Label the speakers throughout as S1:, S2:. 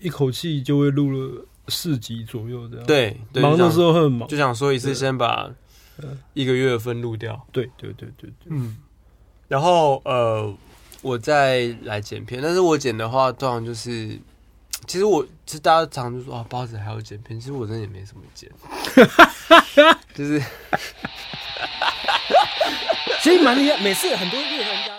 S1: 一口气就会录了四集左右这样。，
S2: 对，对
S1: 忙的时
S2: 候
S1: 候会很忙。
S2: 就想说一次
S1: 对
S2: 先把
S1: 嗯
S2: 一个月的分录掉，
S1: 对对对对对，
S2: 嗯，然后呃，我再来剪片，但是我剪的话，通常就是，其实我其实大家常就说啊，包子还要剪片，其实我真的也没什么剪， 就是
S3: 所以蛮厉害。每次很多乐团家，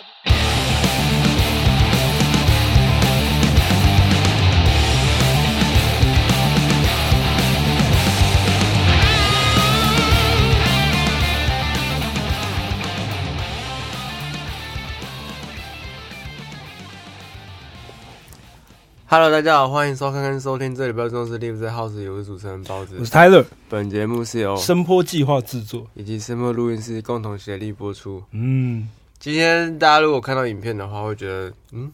S2: Hello，大家好，欢迎收看跟收听这里不要重视 Live 在 House，有是主持人包子
S1: 我。是 Tyler，
S2: 本节目是由
S1: 声波计划制作。
S2: 以及声波录音室共同协力播出。
S1: 嗯，
S2: 今天大家如果看到影片的话，会觉得，嗯，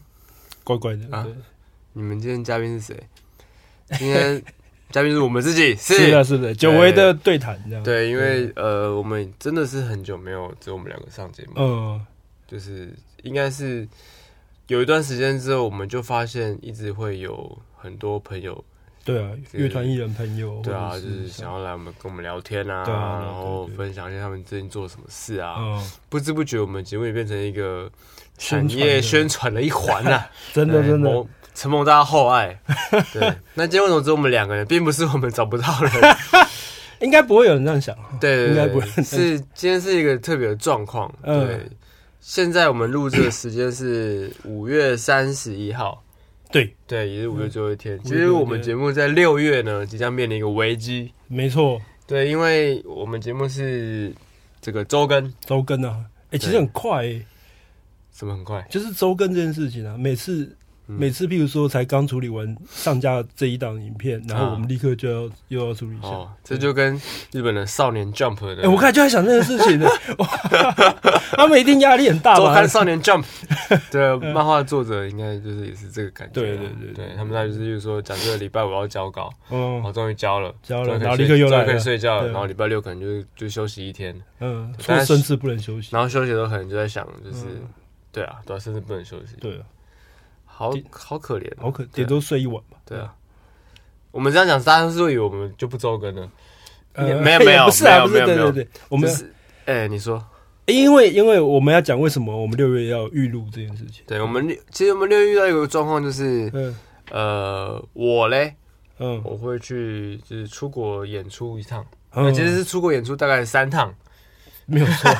S1: 怪怪的。
S2: 啊
S1: 对
S2: 你们今天嘉宾是谁？今天嘉宾是我们 自己，是
S1: 是的，是的，久违的对谈这样。，
S2: 对，因为呃，我们真的是很久没有只有我们两个上节目，
S1: 嗯，
S2: 就是应该是有一段时间之后，我们就发现一直会有很多朋友，
S1: 对啊，
S2: 是
S1: 乐团艺人朋友，
S2: 对啊，
S1: 或
S2: 就
S1: 者
S2: 是想要来我们跟我们聊天啊，
S1: 对啊对啊
S2: 然后
S1: 对对
S2: 分享一下他们最近做什么事啊。
S1: 嗯，
S2: 不知不觉，我们节目也变成一个产
S1: 宣传
S2: 业
S1: 的
S2: 宣传的一环 啊，
S1: 真的
S2: 对
S1: 真的
S2: 蒙承蒙大家厚 爱。对，那今天为什么只有我们两个人，并不是我们找不到 人，
S1: 应该不会有人这样想。
S2: 对
S1: 应
S2: 对
S1: 该
S2: 对
S1: 不
S2: 对，
S1: 会
S2: 是今天是一个特别的状况。
S1: 嗯
S2: 对，现在我们录制的时间是五月三十一号，
S1: 对，
S2: 对，也是五月最后一天。
S1: 嗯
S2: 其实我们节目在六月呢，即将面临一个危机。
S1: 没错，
S2: 对，因为我们节目是这个周更，
S1: 周更啊，哎，其实
S2: 对
S1: 很快欸，
S2: 什么很快，
S1: 就是周更这件事情啊，每次。
S2: 嗯
S1: 每次，譬如说，才刚处理完上架这一档影片，然后我们立刻就要又要处理一下。
S2: 啊哦，这就跟日本的少年 Jump 的
S1: 哎、我刚才就在想这件事 情呢，哇他们一定压力很 大
S2: 周
S1: 吧
S2: 刊？少年 Jump 的漫画作者应该就是也是这个感觉
S1: 嗯
S2: 啊。
S1: 对对对对
S2: 对，他们那就是就是说，假设礼拜五要交稿，我
S1: 嗯
S2: 终于交了，
S1: 交了
S2: 终于可以
S1: 然后
S2: 睡
S1: 立刻又
S2: 终于
S1: 来
S2: 可以
S1: 了
S2: 睡觉了，
S1: 对
S2: 然后礼拜六可能就就休息一天，
S1: 嗯，
S2: 但
S1: 说
S2: 是
S1: 甚至不能休息。
S2: 然后休息的时候可能就在想，就是
S1: 嗯
S2: 对啊，对啊，甚至不能休息，
S1: 对啊，
S2: 好
S1: 顶
S2: 好可怜哦，
S1: 好可顶多睡一晚吧。
S2: 对啊。我们这样讲，大家是不是以为我们就不周更了？
S1: 呃，
S2: 也 没有没有
S1: 也不是啊，
S2: 没
S1: 不是，
S2: 有没有
S1: 对
S2: 没有
S1: 对对，我们
S2: 就是哎，你说，
S1: 因为因为我们要讲为什么我们六月要预录这件事情。
S2: 对我们其实我们六月遇到一个状况，就是
S1: 嗯
S2: 呃，我嘞，
S1: 嗯，
S2: 我会去就是出国演出一趟，
S1: 嗯
S2: 呃我其实是出国演出大概 三趟，
S1: 没有 错。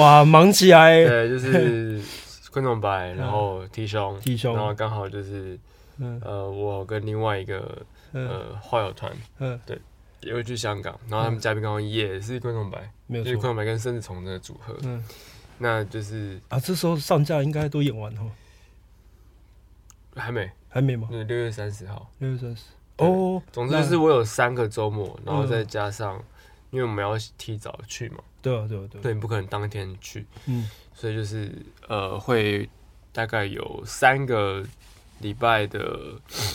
S1: 哇，忙起来，
S2: 对，就是昆虫白，然
S1: 嗯
S2: 后 T 胸，
S1: 弟兄
S2: 然，后刚好就是
S1: 嗯
S2: 呃，我跟另外一个
S1: 嗯
S2: 呃画友团
S1: 嗯，
S2: 也会去香港，然后他们嘉宾刚好也是昆虫白，
S1: 没
S2: 就是
S1: 有
S2: 昆
S1: 错。
S2: 虫白跟生子虫的组合，
S1: 嗯
S2: 那就是
S1: 啊，这时候上架应该都演完哦，
S2: 还没，
S1: 还没吗？
S2: 那六月三十号。
S1: 六月三十。
S2: 嗯对
S1: 哦，
S2: 总之
S1: 那
S2: 就是我有三个周末，然后
S1: 嗯
S2: 再加上，因为我们要提早去嘛，
S1: 对啊，对啊，对啊，
S2: 对，不可能当天去，
S1: 嗯
S2: 所以就是呃，会大概有三个礼拜的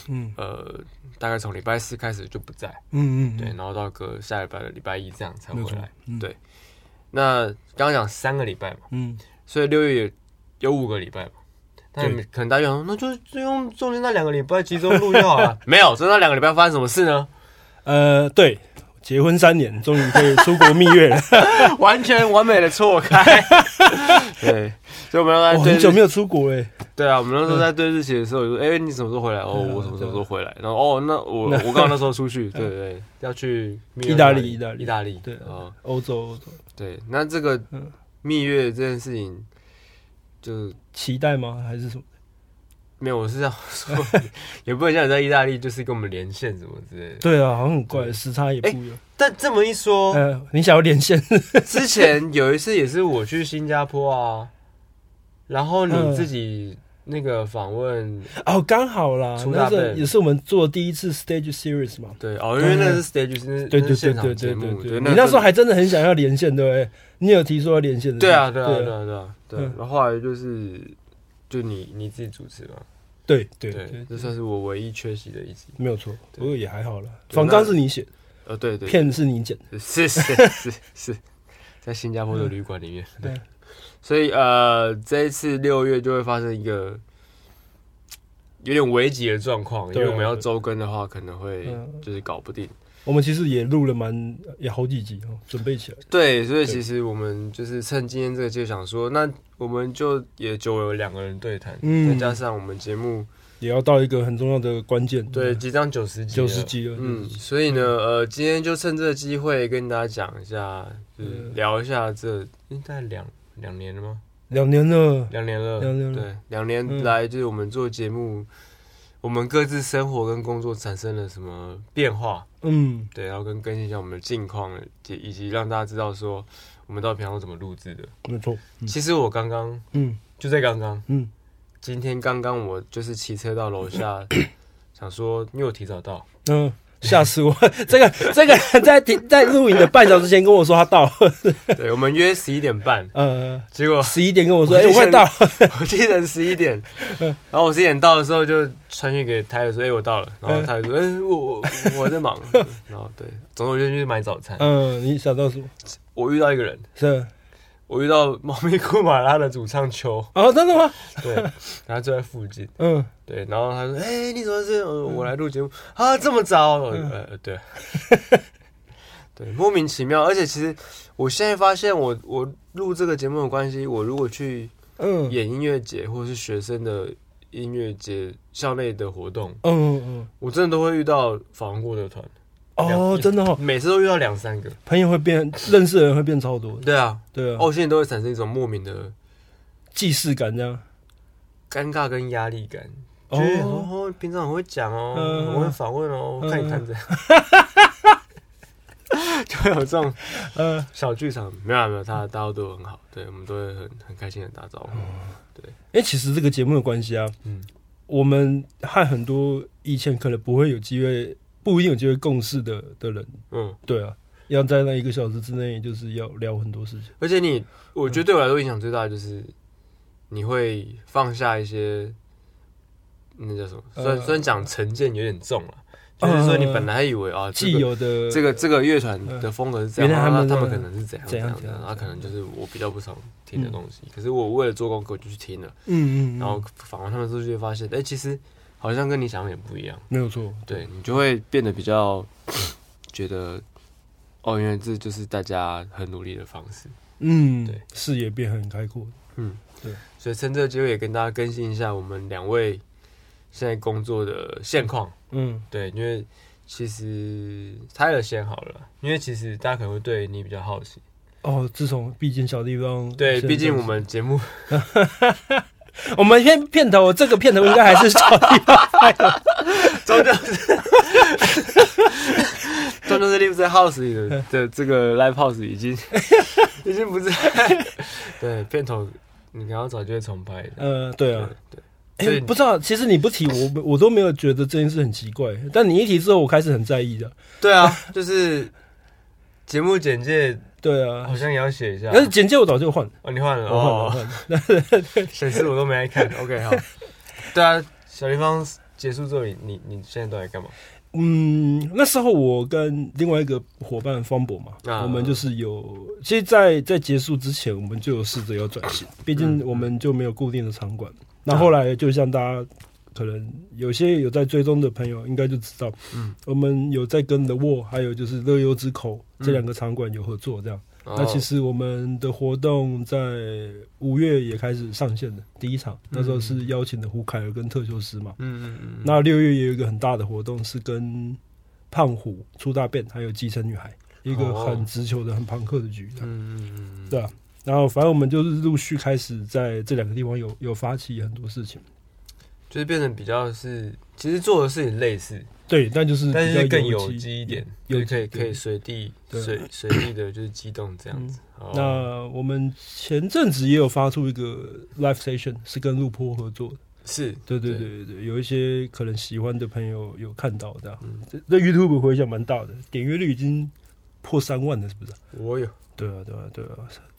S1: 嗯
S2: 呃，大概从礼拜四开始就不在，
S1: 嗯嗯，
S2: 对，然后到隔下礼拜的礼拜一这样才
S1: 没有
S2: 回
S1: 错
S2: 来。，
S1: 嗯
S2: 对那刚刚讲三个礼拜嘛，
S1: 嗯，
S2: 所以六月也有五个礼拜嘛。那你
S1: 对
S2: 们可能大家想说，那就就用中间那两个礼拜集中录就 好了。没有，中间那两个礼拜发生什么事呢？
S1: 呃，对，结婚三年，终于可以出国蜜 月了。
S2: 啊完全完美的错开。 对，所以我们
S1: 我
S2: 要在对
S1: 很
S2: 日
S1: 久没有出国哎，
S2: 对啊，我们那时候在对日期的时候，就说：“哎，你什么时候回来？”哦，
S1: 对啊
S2: 我什么时候回来？然后哦， 那我我刚刚那时候出去，对对对，要去蜜月
S1: 意大利意大利
S2: 意大利，
S1: 对
S2: 哦，
S1: 欧洲欧洲，
S2: 对，那这个
S1: 嗯
S2: 蜜月这件事情，就
S1: 期待吗？还是什么？
S2: 没有，我是要 说，也不能像你在意大利就是跟我们连线什么之类的。
S1: 对啊，好像很怪，
S2: 对
S1: 时差也不一样。
S2: 但这么一说，
S1: 呃，你想要连线？
S2: 之前有一次也是我去新加坡啊，然后你
S1: 嗯
S2: 自己那个访问，
S1: 哦，刚好啦
S2: 出，大
S1: 那
S2: 便
S1: 这也是我们做第一次 stage series 嘛。
S2: 对哦，因为那是 stage，那是
S1: 对
S2: 那
S1: 对对
S2: 是现
S1: 对
S2: 场
S1: 对
S2: 节
S1: 对
S2: 目，
S1: 对，
S2: 对，
S1: 你那时候
S2: 是
S1: 还真的很想要连线，对不对？你有提说要连线的，
S2: 对啊对啊对
S1: 嗯对
S2: 啊对啊对啊
S1: 嗯，
S2: 然后后来就是就你你自己主持嘛，
S1: 对对
S2: 对
S1: 对，，
S2: 这算是我唯一缺席的一集。
S1: 没有错，
S2: 对
S1: 不过也还好啦。
S2: 对
S1: 反纲是你写的，
S2: 呃，对对，
S1: 片是你剪的，
S2: 是是是 是，在新加坡的旅馆里面。
S1: 对，
S2: 所以呃，这一次六月就会发生一个有点危急的状况，因为
S1: 对啊
S2: 我们要周更的话，可能会
S1: 嗯
S2: 就是搞不定。
S1: 我们其实也录了蛮也好几集哦，准备起来。
S2: 对，所以
S1: 对
S2: 其实我们就是趁今天这个机会想说，那我们就也久有两个人对谈，
S1: 嗯
S2: 再加上我们节目
S1: 也要到一个很重要的关键。
S2: 对即将九十
S1: 嗯
S2: 集，
S1: 九十，集了，
S2: 嗯，
S1: 嗯，
S2: 所以呢，呃，今天就趁这个机会跟大家讲一下，就是
S1: 嗯
S2: 聊一下这应该两两年了吗？
S1: 两年了，
S2: 两年了，
S1: 两年了
S2: 对，两年
S1: 嗯
S2: 来就是我们做节目，我们各自生活跟工作产生了什么变化？
S1: 嗯，
S2: 对，然后跟更新一下我们的近况，以以及让大家知道说我们到底平常都怎么录制的。
S1: 没错，嗯
S2: 其实我刚刚
S1: 嗯
S2: 就在刚刚，
S1: 嗯
S2: 今天刚刚我就是骑车到 楼下，想说因为我提早到，
S1: 嗯，吓死我！ 这个这个人在停在录影的半小时前跟我说他到了，
S2: 对我们约十一点半，
S1: 呃，
S2: 结果
S1: 十一点跟我说，
S2: 我
S1: 哎，
S2: 就
S1: 我快
S2: 想
S1: 到 了，
S2: 我记得十一 点，然后我十一点到的时候就传讯给泰勒说，哎、我到了，然
S1: 嗯
S2: 后泰勒说，哎、我我我还 在忙，然后对，总之我就去买早餐，
S1: 嗯，你想到什么？
S2: 我遇到一个人，
S1: 是，
S2: 我遇到猫咪库马拉的主唱秋，
S1: 哦，真的吗？
S2: 对，然后就在附近。
S1: 嗯，
S2: 对，然后他说：“哎、你怎么是、呃我来录节目啊？这么早？呃，
S1: 嗯
S2: 呃对， 对，莫名其妙。而且其实我现在发现我，我录这个节目的关系，我如果去
S1: 嗯，
S2: 演音乐节或是学生的音乐节校内的活动，
S1: 嗯嗯
S2: 我真的都会遇到访问过的团，
S1: 嗯，哦，真的哦，
S2: 每次都遇到两三个。
S1: 朋友会变，认识的人会变超多，
S2: 对啊，
S1: 对啊，
S2: 哦，现在都会产生一种莫名的
S1: 既视感这样，
S2: 尴尬跟压力感。哦，
S1: 哦，
S2: 哦平常很会讲哦，
S1: 嗯
S2: 很会访问哦，
S1: 嗯
S2: 看你看 着，就会有这种
S1: 呃，
S2: 小剧场。没有啊没有，他大家都很好，对我们都会很很开心的打招呼。
S1: 哎，其实这个节目的关系啊，
S2: 嗯，
S1: 我们和很多以前可能不会有机会，不一定有机会共事的的人，
S2: 嗯，
S1: 对啊，要在那一个小时之内，就是要聊很多事情。
S2: 而且你，我觉得对我来说影响最大的就是你会放下一些那叫什么？虽然
S1: 呃嗯
S2: 虽然讲成见有点重了，啊就是说你本来以为啊，
S1: 既
S2: 这个
S1: 有的嗯
S2: 这个这个乐团的风格是这样，
S1: 原来
S2: 然
S1: 他
S2: 后
S1: 们
S2: 他
S1: 的
S2: 们可能是怎样
S1: 怎
S2: 怎
S1: 样
S2: 样
S1: 怎样
S2: 然后
S1: 怎
S2: 可
S1: 样
S2: 能就是我比较不常听的东西。可是我为了做功课我就去听了，
S1: 嗯嗯，嗯
S2: 然后访问他们之后就会发现，哎，其实好像跟你想的也不一样，
S1: 没有错，
S2: 对你就会变得比较觉得，哦，原来这就是大家很努力的方式。
S1: 嗯，
S2: 对，
S1: 视野变很开阔。
S2: 所以趁这个机会也跟大家更新一下我们两位现在工作的现况。
S1: 嗯
S2: 对，因为其实猜了先好了啦，因为其实大家可能会对你比较好奇。
S1: 哦，自从毕竟小地方，
S2: 对，
S1: 现在
S2: 毕竟我们 节目
S1: 我们片片头，这个片头应该还是小地方。
S2: 终究是，终究是 live 在 house 里的的这个 live house 已经已经不在。对，片头你可能要早就会重拍的。
S1: 呃，对
S2: 对
S1: 啊，
S2: 对，
S1: 哎、
S2: 所以
S1: 不知道，其实你不提我，我都没有觉得这件事很奇怪，但你一提之后，我开始很在意的。
S2: 对啊，就是节目简介
S1: 对啊
S2: 好，像也要写一下。
S1: 但是简介我早就换了，
S2: 哦，你换了
S1: 我换了，我
S2: 哦，
S1: 换了。
S2: 显示我都没来看。OK，好。 对啊，小地方结束之后，你你你现在都在干嘛？
S1: 嗯，那时候我跟另外一个伙伴方博嘛，
S2: 啊
S1: 我们就是有，其实在，在结束之前，我们就有试着要转型，
S2: 嗯
S1: 毕竟我们就没有固定的场馆。那、后来，就像大家可能有些有在追踪的朋友，应该就知道，
S2: 嗯，
S1: 我们有在跟 The Wall 还有就是乐优之口
S2: 嗯
S1: 这两个场馆有合作，这样。
S2: 哦
S1: 那其实我们的活动在五月也开始上线了，第一场那时候是邀请的胡凯尔跟特修斯嘛，
S2: 嗯嗯嗯，
S1: 那六月也有一个很大的活动，是跟胖虎、出大便还有基层女孩一个
S2: 哦
S1: 很直球的、很朋克的局，这样
S2: 嗯嗯嗯嗯
S1: 对啊。然后反正我们就是陆续开始在这两个地方有有发起很多事情，
S2: 就是变成比较是，其实做的事情类似，
S1: 对，但就是
S2: 但
S1: 比
S2: 是
S1: 较
S2: 更有
S1: 有
S2: 机一点，
S1: 嗯有
S2: 就是可以
S1: 机
S2: 可以
S1: 对
S2: 随地
S1: 对嗯
S2: 随随地的，就是激动这样子。哦
S1: 那我们前阵子也有发出一个 live session，是跟路坡合作的，
S2: 是
S1: 对对对对对，有一些可能喜欢的朋友有看到的啊，
S2: 嗯
S1: 这这 YouTube 回响蛮大的，点阅率已经破三万了，是不是啊？
S2: 我有
S1: 对啊，对啊，对啊，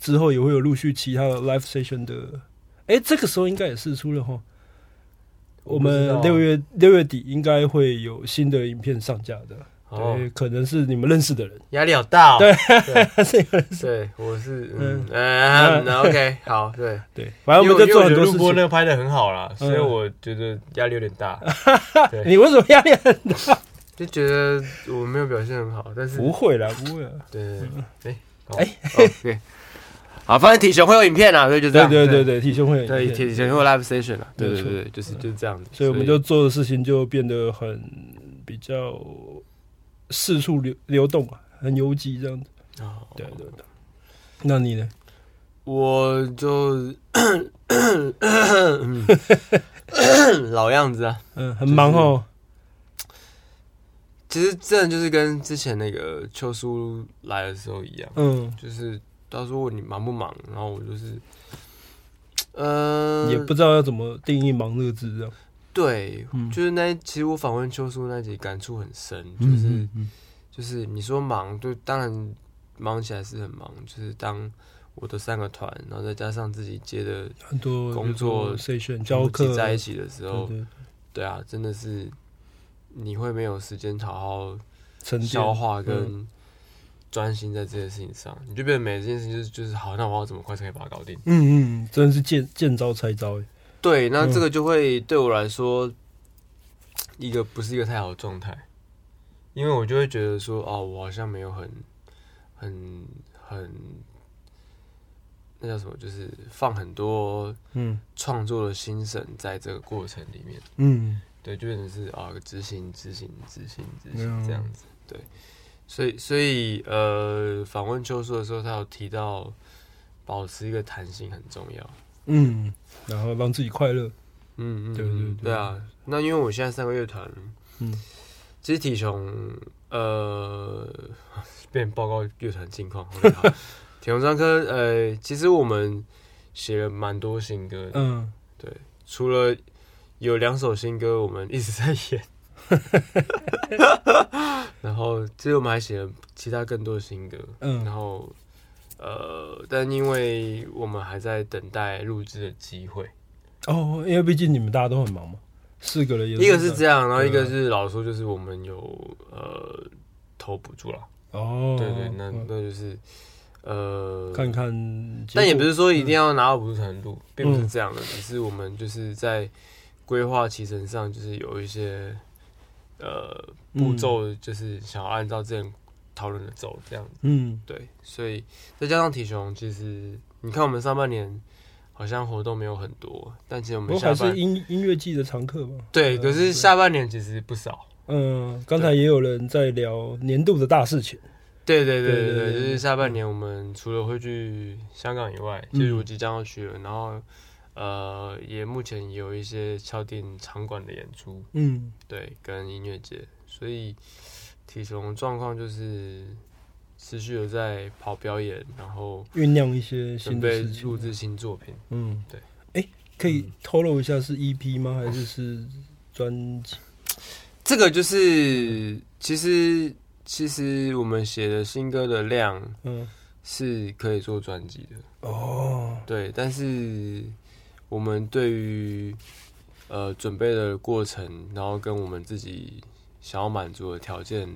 S1: 之后也会有陆续其他的 live session 的，哎，这个时候应该也试出了哈。我
S2: 我不知道
S1: 们
S2: 啊
S1: 六月六月底应该会有新的影片上架的，
S2: 哦，
S1: 对，可能是你们认识的人，
S2: 压力好大哦。对
S1: 是有人
S2: 对，我是嗯嗯那 OK 好对，
S1: 对，反正
S2: 因为
S1: 我们就做很
S2: 因为
S1: 多
S2: 我觉得
S1: 事
S2: 录播那
S1: 情。
S2: 个拍的很好啦，所以
S1: 嗯
S2: 我觉得压力有点大，对
S1: 你为什么压力很大？
S2: 就觉得我没有表现很好，但是
S1: 不会啦，啊不会啦。
S2: 对对
S1: 嗯
S2: 对，哎 哎对，好，反正体选会有影片啊，所以就这
S1: 对
S2: 样，
S1: 对对对，体胸会
S2: 对，
S1: 很
S2: 体选会有 live station 啊，对对
S1: 没错
S2: 对，对就是就是这样子，
S1: 所以我们就做的事情就变得很比较四处流流动啊，很游击这样子。
S2: 哦
S1: 对对对。那你呢？
S2: 我就 老样子啊，
S1: 嗯，很忙哦。
S2: 其实真的就是跟之前那个秋叔来的时候一样，
S1: 嗯，
S2: 就是他说问你忙不忙，然后我就是，呃，
S1: 也不知道要怎么定义“忙”这个字，这样。
S2: 对，
S1: 嗯
S2: 就是那其实我访问秋叔那集感触很深，就
S1: 嗯
S2: 是、
S1: 嗯嗯
S2: 就是你说忙，就当然忙起来是很忙，就是当我的三个团，然后再加上自己接的
S1: 很多
S2: 工作
S1: 筛选、教
S2: 全部
S1: 课啊
S2: 挤在一起的时候，
S1: 对对
S2: 对啊，真的是你会没有时间好
S1: 沉
S2: 好
S1: 淀嗯
S2: 消化跟专心在这件事情上，你就变得每一件事情就是就是好，那我要怎么快才可以把它搞定？
S1: 嗯嗯，真的是见见招拆招欸。
S2: 对，那
S1: 嗯
S2: 这个就会对我来说，一个不是一个太好的状态，因为我就会觉得说，哦，我好像没有很、很、很，那叫什么，就是放很多
S1: 嗯
S2: 创作的心神在这个过程里面。
S1: 嗯，
S2: 对，就变成是啊，执行、执行、执行、执
S1: 嗯
S2: 行这样子。对，所以所以呃，访问秋叔的时候，他有提到保持一个弹性很重要。
S1: 嗯，然后让自己快乐。
S2: 嗯，嗯
S1: 对对
S2: 嗯
S1: 对
S2: 对啊！那因为我现在三个乐团，
S1: 嗯，
S2: 其实体雄 呃，变报告乐团近况。OK，好 体雄专科呃，其实我们写了蛮多新歌的，
S1: 嗯，
S2: 对，除了有两首新歌我们一直在 演，然后其实我们还写了其他更多的新歌，
S1: 嗯
S2: 然后呃，但因为我们还在等待录制的机会。
S1: 哦，因为毕竟你们大家都很忙嘛，四个人也
S2: 一个是
S1: 样
S2: 这样，然后
S1: 对啊
S2: 一个是老实说就是我们有呃投补助了，
S1: 哦，
S2: 对对，那
S1: 嗯
S2: 那就是呃，
S1: 看看结果，
S2: 但也不是说一定要拿到补助才能录，并不是
S1: 嗯
S2: 这样的，只是我们就是在规划骑程上就是有一些呃
S1: 嗯
S2: 步骤，就是想要按照之前讨论的走这样子，
S1: 嗯，
S2: 对，所以再加上体雄，其实你看我们上半年好像活动没有很多，但其实我
S1: 不
S2: 们
S1: 过还
S2: 下半
S1: 是音音乐季的常客吧。
S2: 对，
S1: 嗯
S2: 可是下半年其实不少。
S1: 嗯，刚才也有人在聊年度的大事情，
S2: 对对对
S1: 对
S2: 对
S1: 对
S2: 对，
S1: 对
S2: 就是下半年我们除了会去香港以外，
S1: 嗯
S2: 其实我即将要去了，然后呃也目前有一些敲定场馆的演出，
S1: 嗯
S2: 对，跟音乐节，所以体雄状况就是持续有在跑表演，然后
S1: 酝酿一些
S2: 准
S1: 新的
S2: 备
S1: 事情，
S2: 录制新作品。
S1: 嗯，
S2: 对。嗯
S1: 哎，可以透露一下是 EP 吗？还是是专辑？
S2: 这个就是其实其实我们写的新歌的量
S1: 嗯，
S2: 是可以做专辑的。
S1: 哦，
S2: 对，但是我们对于呃准备的过程，然后跟我们自己想要满足的条件，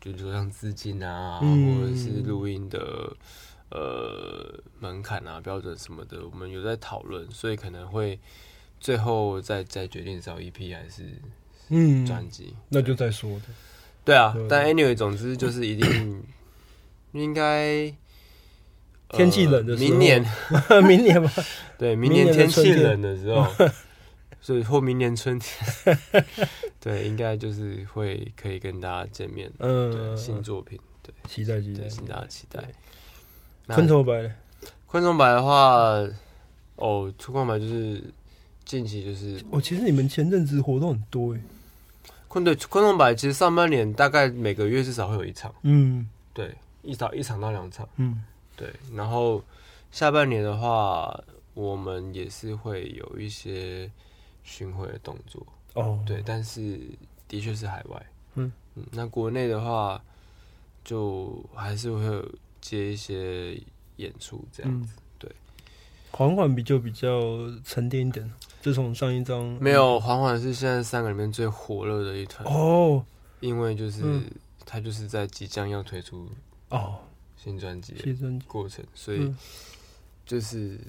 S2: 比如说像资金啊，
S1: 嗯
S2: 或者是录音的呃门槛啊、标准什么的，我们有在讨论，所以可能会最后再再决定是要 EP 还是
S1: 嗯，
S2: 专辑。
S1: 那就再说的，
S2: 对啊
S1: 对，
S2: 但 anyway，总之就是一定 应该。呃
S1: 天气冷的时候
S2: 明年
S1: 明年吧。
S2: 对，
S1: 明
S2: 明
S1: 年
S2: 年
S1: 的
S2: 天
S1: 春
S2: 气
S1: 天
S2: 冷的时候， 所以或明年春天，对，应该就是会可以跟大家见面。对，
S1: 嗯，
S2: 新作品，对，
S1: 期待期待
S2: 对，。请大家期待。那
S1: 昆虫白，
S2: 昆虫白的话，哦，出昆虫白就是近期就是
S1: 哦，其实你们前阵子活动很多哎，
S2: 昆对昆虫白，其实上半年大概每个月至少会有一场，
S1: 嗯
S2: 对，一场一场到两场，
S1: 嗯
S2: 对。然后下半年的话，我们也是会有一些巡回的动作。
S1: 哦，
S2: 对，但是的确是海外。
S1: 嗯
S2: 嗯，那国内的话，就还是会有接一些演出这样子。
S1: 缓缓比就比较沉淀一点。自从上一张
S2: 没有，缓缓是现在三个里面最火热的一团。
S1: 嗯哦，
S2: 因为就是、
S1: 嗯
S2: 他就是在即将要推出
S1: 哦，
S2: 新专辑的
S1: 谢真，
S2: 过程，所以
S1: 嗯
S2: 就是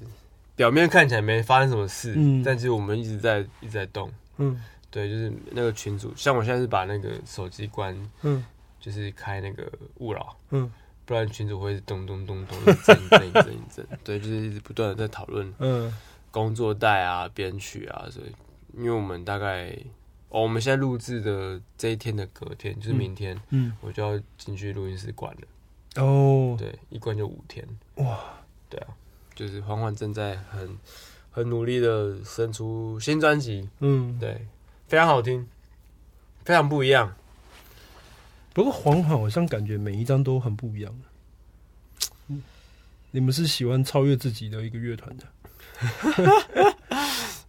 S2: 表面看起来没发生什么事，
S1: 嗯
S2: 但是我们一直在一直在动。
S1: 嗯
S2: 对，就是那个群主，像我现在是把那个手机关，
S1: 嗯
S2: 就是开那个勿扰，
S1: 嗯
S2: 不然群主会咚咚咚咚一阵一阵一阵一阵。对，就是一直不断的在讨论
S1: 嗯
S2: 工作带啊、编曲啊，所以因为我们大概哦，我们现在录制的这一天的隔天，就是明天，
S1: 嗯，
S2: 我就要进去录音室关了。
S1: 哦，
S2: 对，一关就五天。
S1: 哇，
S2: 对啊，就是缓缓正在很很努力的生出新专辑，
S1: 嗯，
S2: 对，非常好听，非常不一样。
S1: 不过黄好像感觉每一张都很不一样。嗯你们是喜欢超越自己的一个乐团的，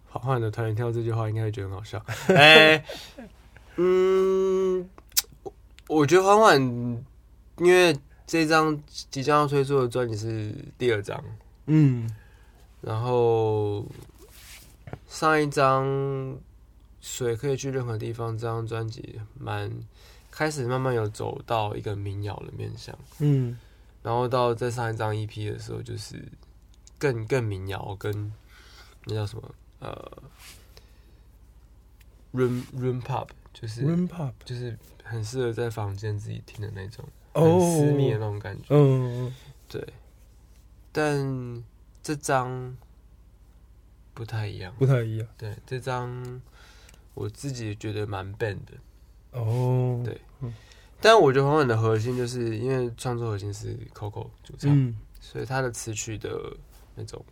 S2: 缓缓的团员听到这句话，应该会觉得很好笑。 哎、嗯，我我觉得缓缓，因为这张即将要推出的专辑是第二张，
S1: 嗯
S2: 然后上一张《水可以去任何地方》这张专辑，蛮开始慢慢有走到一个民谣的面向，
S1: 嗯
S2: 然后到在上一张 EP 的时候，就是更更民谣，跟那叫什么呃，room room pop，就是
S1: ，Run Pop，
S2: 就是很适合在房间自己听的那种，很
S1: 哦，
S2: 私密的那种感觉。
S1: 嗯，
S2: 对，但这张不太一样。
S1: 不太一样
S2: 对，这张我自己觉得蛮 band 的，
S1: 哦，
S2: 对但我觉得黄婉的核心就是因为创作核心是 Coco 主唱，
S1: 嗯
S2: 所以他的词曲的那种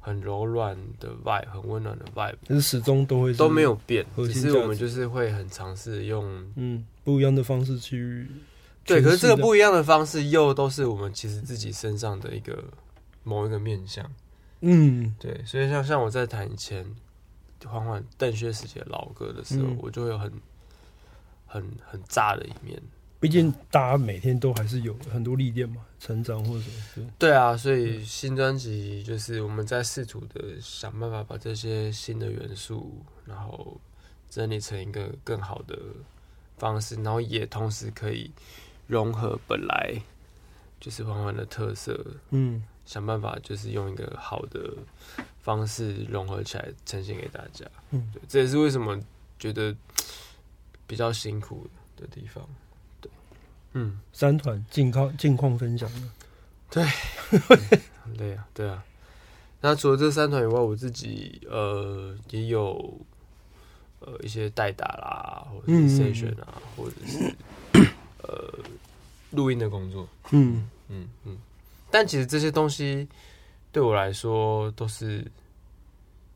S2: 很柔软的 vibe，很温暖的 vibe
S1: 但是始终都会是
S2: 都没有变，
S1: 核
S2: 只
S1: 心
S2: 是
S1: 价
S2: 我们
S1: 值
S2: 就是会很尝试用
S1: 嗯不一样的方式去
S2: 对，
S1: 诠
S2: 可是
S1: 释
S2: 这个
S1: 的
S2: 不一样的方式又都是我们其实自己身上的一个某一个面向。
S1: 嗯
S2: 对，所以像像我在弹以前缓缓邓薛时期的老歌的时候，
S1: 嗯
S2: 我就会有很很很炸的一面。
S1: 毕竟大家每天都还是有很多历练嘛，成长或者什么，
S2: 对啊，所以新专辑就是我们在试图的想办法把这些新的元素，然后整理成一个更好的方式，然后也同时可以融合本来就是缓缓的特色，
S1: 嗯
S2: 想办法就是用一个好的方式融合起来呈现给大家。
S1: 嗯
S2: 对，这也是为什么觉得比较辛苦的地方。对，嗯，
S1: 三团近况近况分享的，
S2: 很累啊，对啊。那除了这三团以外，我自己呃也有呃一些代打啦，或者
S1: 嗯嗯
S2: 是
S1: 嗯
S2: session 啊，或者是呃录音的工作。
S1: 嗯
S2: 嗯嗯，但其实这些东西对我来说都是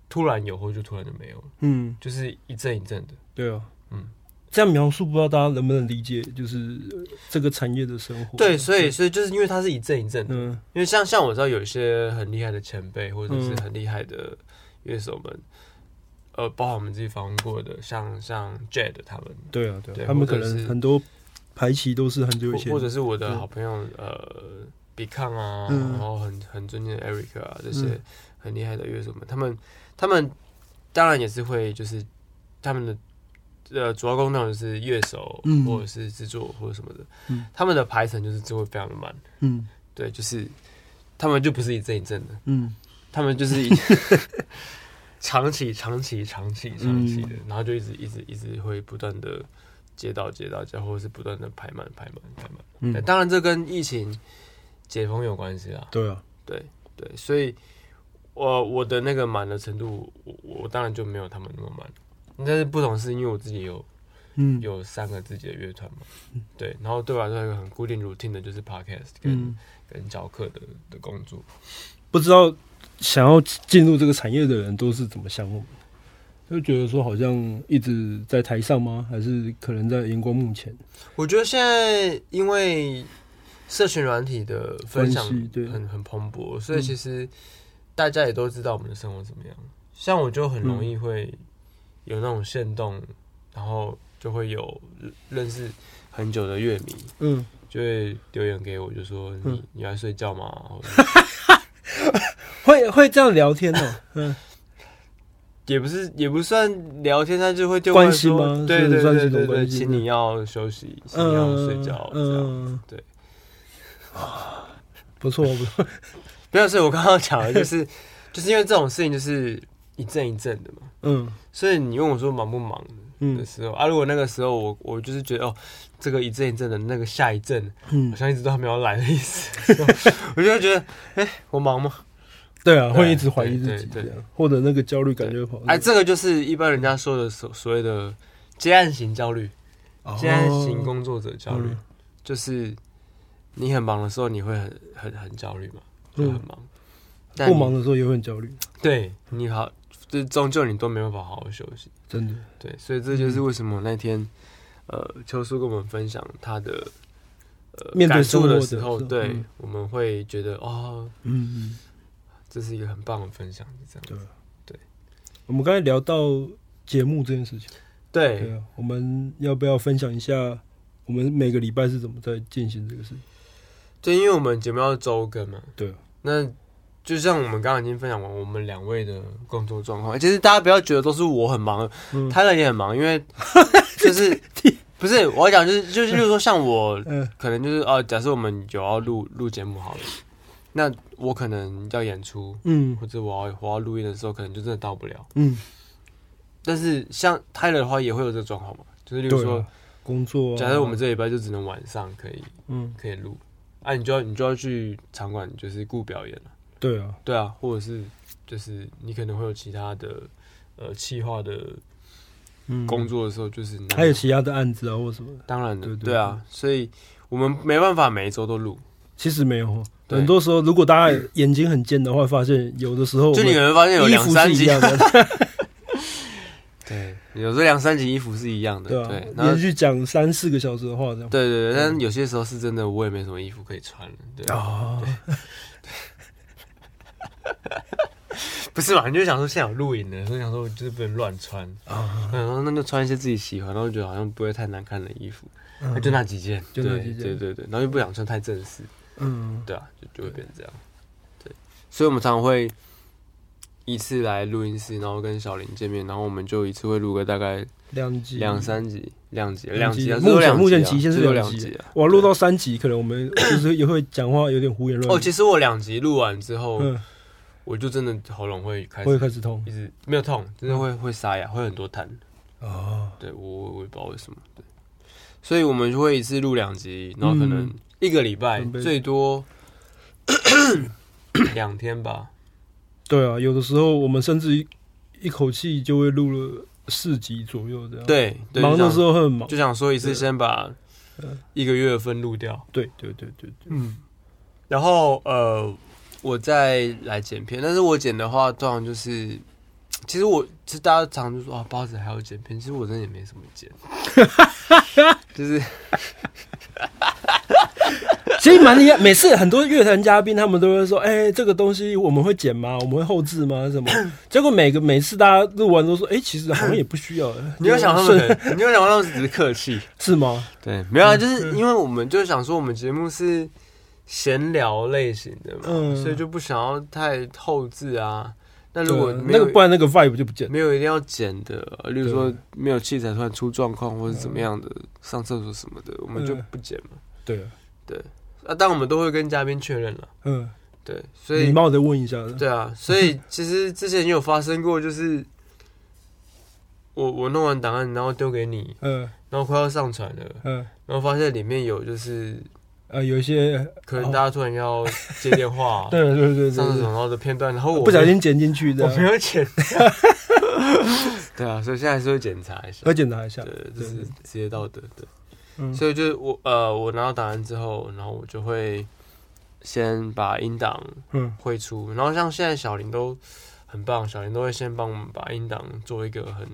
S2: 突然有，或就突然就没有了，
S1: 嗯，
S2: 就是一阵一阵的。
S1: 对啊，
S2: 嗯，
S1: 这样描述不知道大家能不能理解，就是呃这个产业的生活，
S2: 对，所以所以就是因为它是一阵一阵的，
S1: 嗯
S2: 因为像像我知道有一些很厉害的前辈或者是
S1: 嗯
S2: 很厉害的乐手们，呃，包含我们自己访问过的，像像 Jade 他们，
S1: 对啊对
S2: 对
S1: 啊，他们
S2: 或
S1: 可
S2: 者是
S1: 能很多排期都是很久以前
S2: 或或者是我的
S1: 嗯
S2: 好朋友呃比康啊，
S1: 嗯
S2: 然后很很尊敬的 Eric 啊这些
S1: 嗯
S2: 很厉害的乐手们，他们他们当然也是会就是他们的呃主要功能就是乐手、
S1: 嗯
S2: 或者是制作或者什么的，
S1: 嗯
S2: 他们的排程就是就会非常的慢，
S1: 嗯
S2: 对，就是他们就不是一阵一阵的，
S1: 嗯
S2: 他们就是 一长期长期长期
S1: 嗯
S2: 长期的，然后就一直一直一直会不断的接到接到接到，或者是不断的排满排满排满。对，
S1: 嗯，
S2: 当然这跟疫情解封有关系啦。
S1: 对啊，
S2: 对对，所以我我的那个满的程度，我我我当然就没有他们那么满。但是不同是因为我自己有
S1: 嗯
S2: 有三个自己的乐团嘛，对，然后对我来说有一个很固定 routine 的就是 podcast 跟、
S1: 嗯，
S2: 跟教课的的工作。
S1: 不知道想要进入这个产业的人都是怎么想我们。就觉得说好像一直在台上吗？还是可能在荧光幕前？
S2: 我觉得现在因为社群软体的分享
S1: 关系对
S2: 很很蓬勃，所以
S1: 嗯
S2: 其实大家也都知道我们的生活怎么样。像我就很容
S1: 嗯
S2: 易会有那种限动，然后就会有认识很久的乐迷
S1: 嗯，
S2: 就会留言给我，就说你、
S1: 嗯
S2: 你还睡觉吗？或者是
S1: 会会这样聊天哦、嗯
S2: 也不是也不算聊天，他就会对
S1: 关
S2: 外
S1: 心
S2: 说
S1: 吗
S2: 对
S1: 是
S2: 对
S1: 算是一
S2: 对
S1: 种
S2: 对对，
S1: 关心
S2: 请你要休息，请你要睡觉，这样。
S1: 嗯，
S2: 对，
S1: 不错不错，
S2: 不要，所以我刚刚讲的就是，就是因为这种事情就是一阵一阵的嘛，
S1: 嗯
S2: 所以你问我说忙不忙的
S1: 嗯
S2: 时候啊，如果那个时候我我就是觉得哦，这个一阵一阵的那个下一阵好
S1: 嗯，
S2: 像一直都还没有来的意思， 我就会觉得哎、我忙吗？
S1: 对啊，
S2: 对
S1: 会一直怀疑自己
S2: 对对
S1: 这
S2: 对
S1: 样，或者那个焦虑感就会跑出来。
S2: 哎，这个就是一般人家说的所所谓的接案型焦虑，
S1: 哦
S2: 接案型工作者焦虑，
S1: 嗯
S2: 就是你很忙的时候你会很很很焦虑嘛，就很
S1: 嗯，
S2: 忙，但
S1: 不
S2: 你
S1: 忙的时候也会很焦虑，
S2: 对你好，就终究你都没办法好好休息。
S1: 真的。
S2: 对，所以这就是
S1: 嗯
S2: 为什么那天，呃，秋叔跟我们分享他的呃
S1: 面对
S2: 感
S1: 生
S2: 触
S1: 活的
S2: 的时候，
S1: 时候
S2: 对、
S1: 嗯
S2: 我们会觉得哦，
S1: 嗯嗯，
S2: 这是一个很棒的分享，是这样。
S1: 我们刚才聊到节目这件事情，
S2: 对，
S1: 对啊，我们要不要分享一下我们每个礼拜是怎么在进行这个事情？
S2: 就因为我们节目要周更嘛，
S1: 对啊，
S2: 那就像我们刚刚已经分享完我们两位的工作状况，其实大家不要觉得都是我很忙，
S1: 嗯
S2: 泰勒也很忙，因 为就是不是我要讲就是就是，就是说像我
S1: 嗯
S2: 可能就是哦、假设我们有要录录节目好了，那我可能要演出，
S1: 嗯
S2: 或者我要我要录音的时候，可能就真的到不了。
S1: 嗯，
S2: 但是像泰勒的话，也会有这个状况嘛，就是例如
S1: 对
S2: 说，
S1: 啊，工作啊，
S2: 假设我们这礼拜就只能晚上可以
S1: 嗯，
S2: 可以录，啊，你就要你就要去场馆就是顾表演了，
S1: 对啊，
S2: 对啊，或者是就是你可能会有其他的呃企划的
S1: 嗯，
S2: 工作的时候，就是难免
S1: 还有其他的案子啊或什么的，
S2: 当然的
S1: 对对
S2: 对啊，所以我们没办法每一周都录，
S1: 其实没有哦。
S2: 对
S1: 很多时候，如果大家眼睛很尖的话，发现有的时候我
S2: 就
S1: 们
S2: 你可能发现有
S1: 衣
S2: 两
S1: 服
S2: 三
S1: 是一
S2: 集，
S1: 样的，
S2: 对，有时候两三集衣服是一样的，
S1: 对啊
S2: 对，，然后
S1: 连续讲三四个小时的话，这样
S2: 对对对，但有些时候是真的，我也没什么衣服可以穿了，对，啊
S1: 哦，
S2: 不是嘛？你就想说现在有录影的，所以想说我就是不能乱穿，嗯
S1: 啊，
S2: 然后那就穿一些自己喜欢，然后觉得好像不会太难看的衣服，
S1: 嗯
S2: 就那几件，
S1: 就那几件
S2: 对对对对，然后又不想穿太正式，
S1: 嗯，
S2: 对啊，就就会变这样，对，所以我们常常会一次来录音室，然后跟小林见面，然后我们就一次会录个大概
S1: 两集
S2: 两三集，两集
S1: 两
S2: 两集啊，
S1: 目
S2: 只有两
S1: 前
S2: 集啊
S1: 目前极限是
S2: 只有
S1: 两
S2: 两集啊。
S1: 哇，录到三集，可能我们 就是也会讲话有点胡言
S2: 哦，
S1: 乱语，
S2: 其实我两集录完之后，
S1: 嗯，
S2: 我就真的喉咙会开
S1: 会
S2: 始
S1: 开始痛
S2: 一直没有痛，真的会会沙哑，会很多痰。
S1: 哦，
S2: 对我我我也不知道为什么，对，所以我们就会一次录两集，然后可能
S1: 嗯
S2: 一个礼拜
S1: 准备
S2: 最多 两天吧。
S1: 对啊，有的时候我们甚至一一口气就会录了四集左右这样，，
S2: 对，对
S1: 忙的
S2: 就想
S1: 时候会很忙，
S2: 就想说一次先把
S1: 嗯
S2: 一个月的分录掉，
S1: 对对对对对，
S2: 嗯，然后呃，我再来剪片，但是我剪的话，通常就是，其实我其实大家常就说啊，包子还要剪片，其实我真的也没什么 剪，就是
S1: 其实蛮厉害。每次很多乐坛嘉宾他们都会说：“哎、这个东西我们会剪吗？我们会后置吗？什么？” 结果每个每次大家录完都说：“哎、其实好像也不需要。”
S2: 你有想他们
S1: 是
S2: 很，你有想他们只是客气，
S1: 是吗？
S2: 对，
S1: 嗯
S2: 没有啊，就是因为我们就想说我们节目是闲聊类型的嘛，
S1: 嗯
S2: 所以就不想要太后置啊。那
S1: 对
S2: 如果
S1: 啊
S2: 没
S1: 那
S2: 有、
S1: 个不然那个 vibe 就不见了。
S2: 没有一定要剪的，呃例如说
S1: 对
S2: 没有器材突然出状况或者怎么样的，上厕所什么的，我们就
S1: 嗯
S2: 不剪嘛。
S1: 对啊，
S2: 啊，但我们都会跟嘉宾确认了，
S1: 嗯，
S2: 对，所
S1: 礼
S2: 以
S1: 貌的问一下。
S2: 对啊，所以其实之前也有发生过，就是我我弄完档案，然后丢给你，
S1: 嗯
S2: 然后快要上传了，
S1: 嗯
S2: 然后发现里面有就是
S1: 呃，有一些，
S2: 可能大家突然要接电 话
S1: 对对对对
S2: 上厕
S1: 对
S2: 所然后的片段，然后我
S1: 不小心剪进去
S2: 我
S1: 的，
S2: 没有剪， 对啊，所以现在还是会检查一下
S1: 要，检查一下。
S2: 对，这是职业道德，对。
S1: 嗯
S2: 所以就是我呃，我拿到答案之后，然后我就会先把音档
S1: 嗯
S2: 汇出，然后像现在小林都很棒，小林都会先帮我们把音档做一个很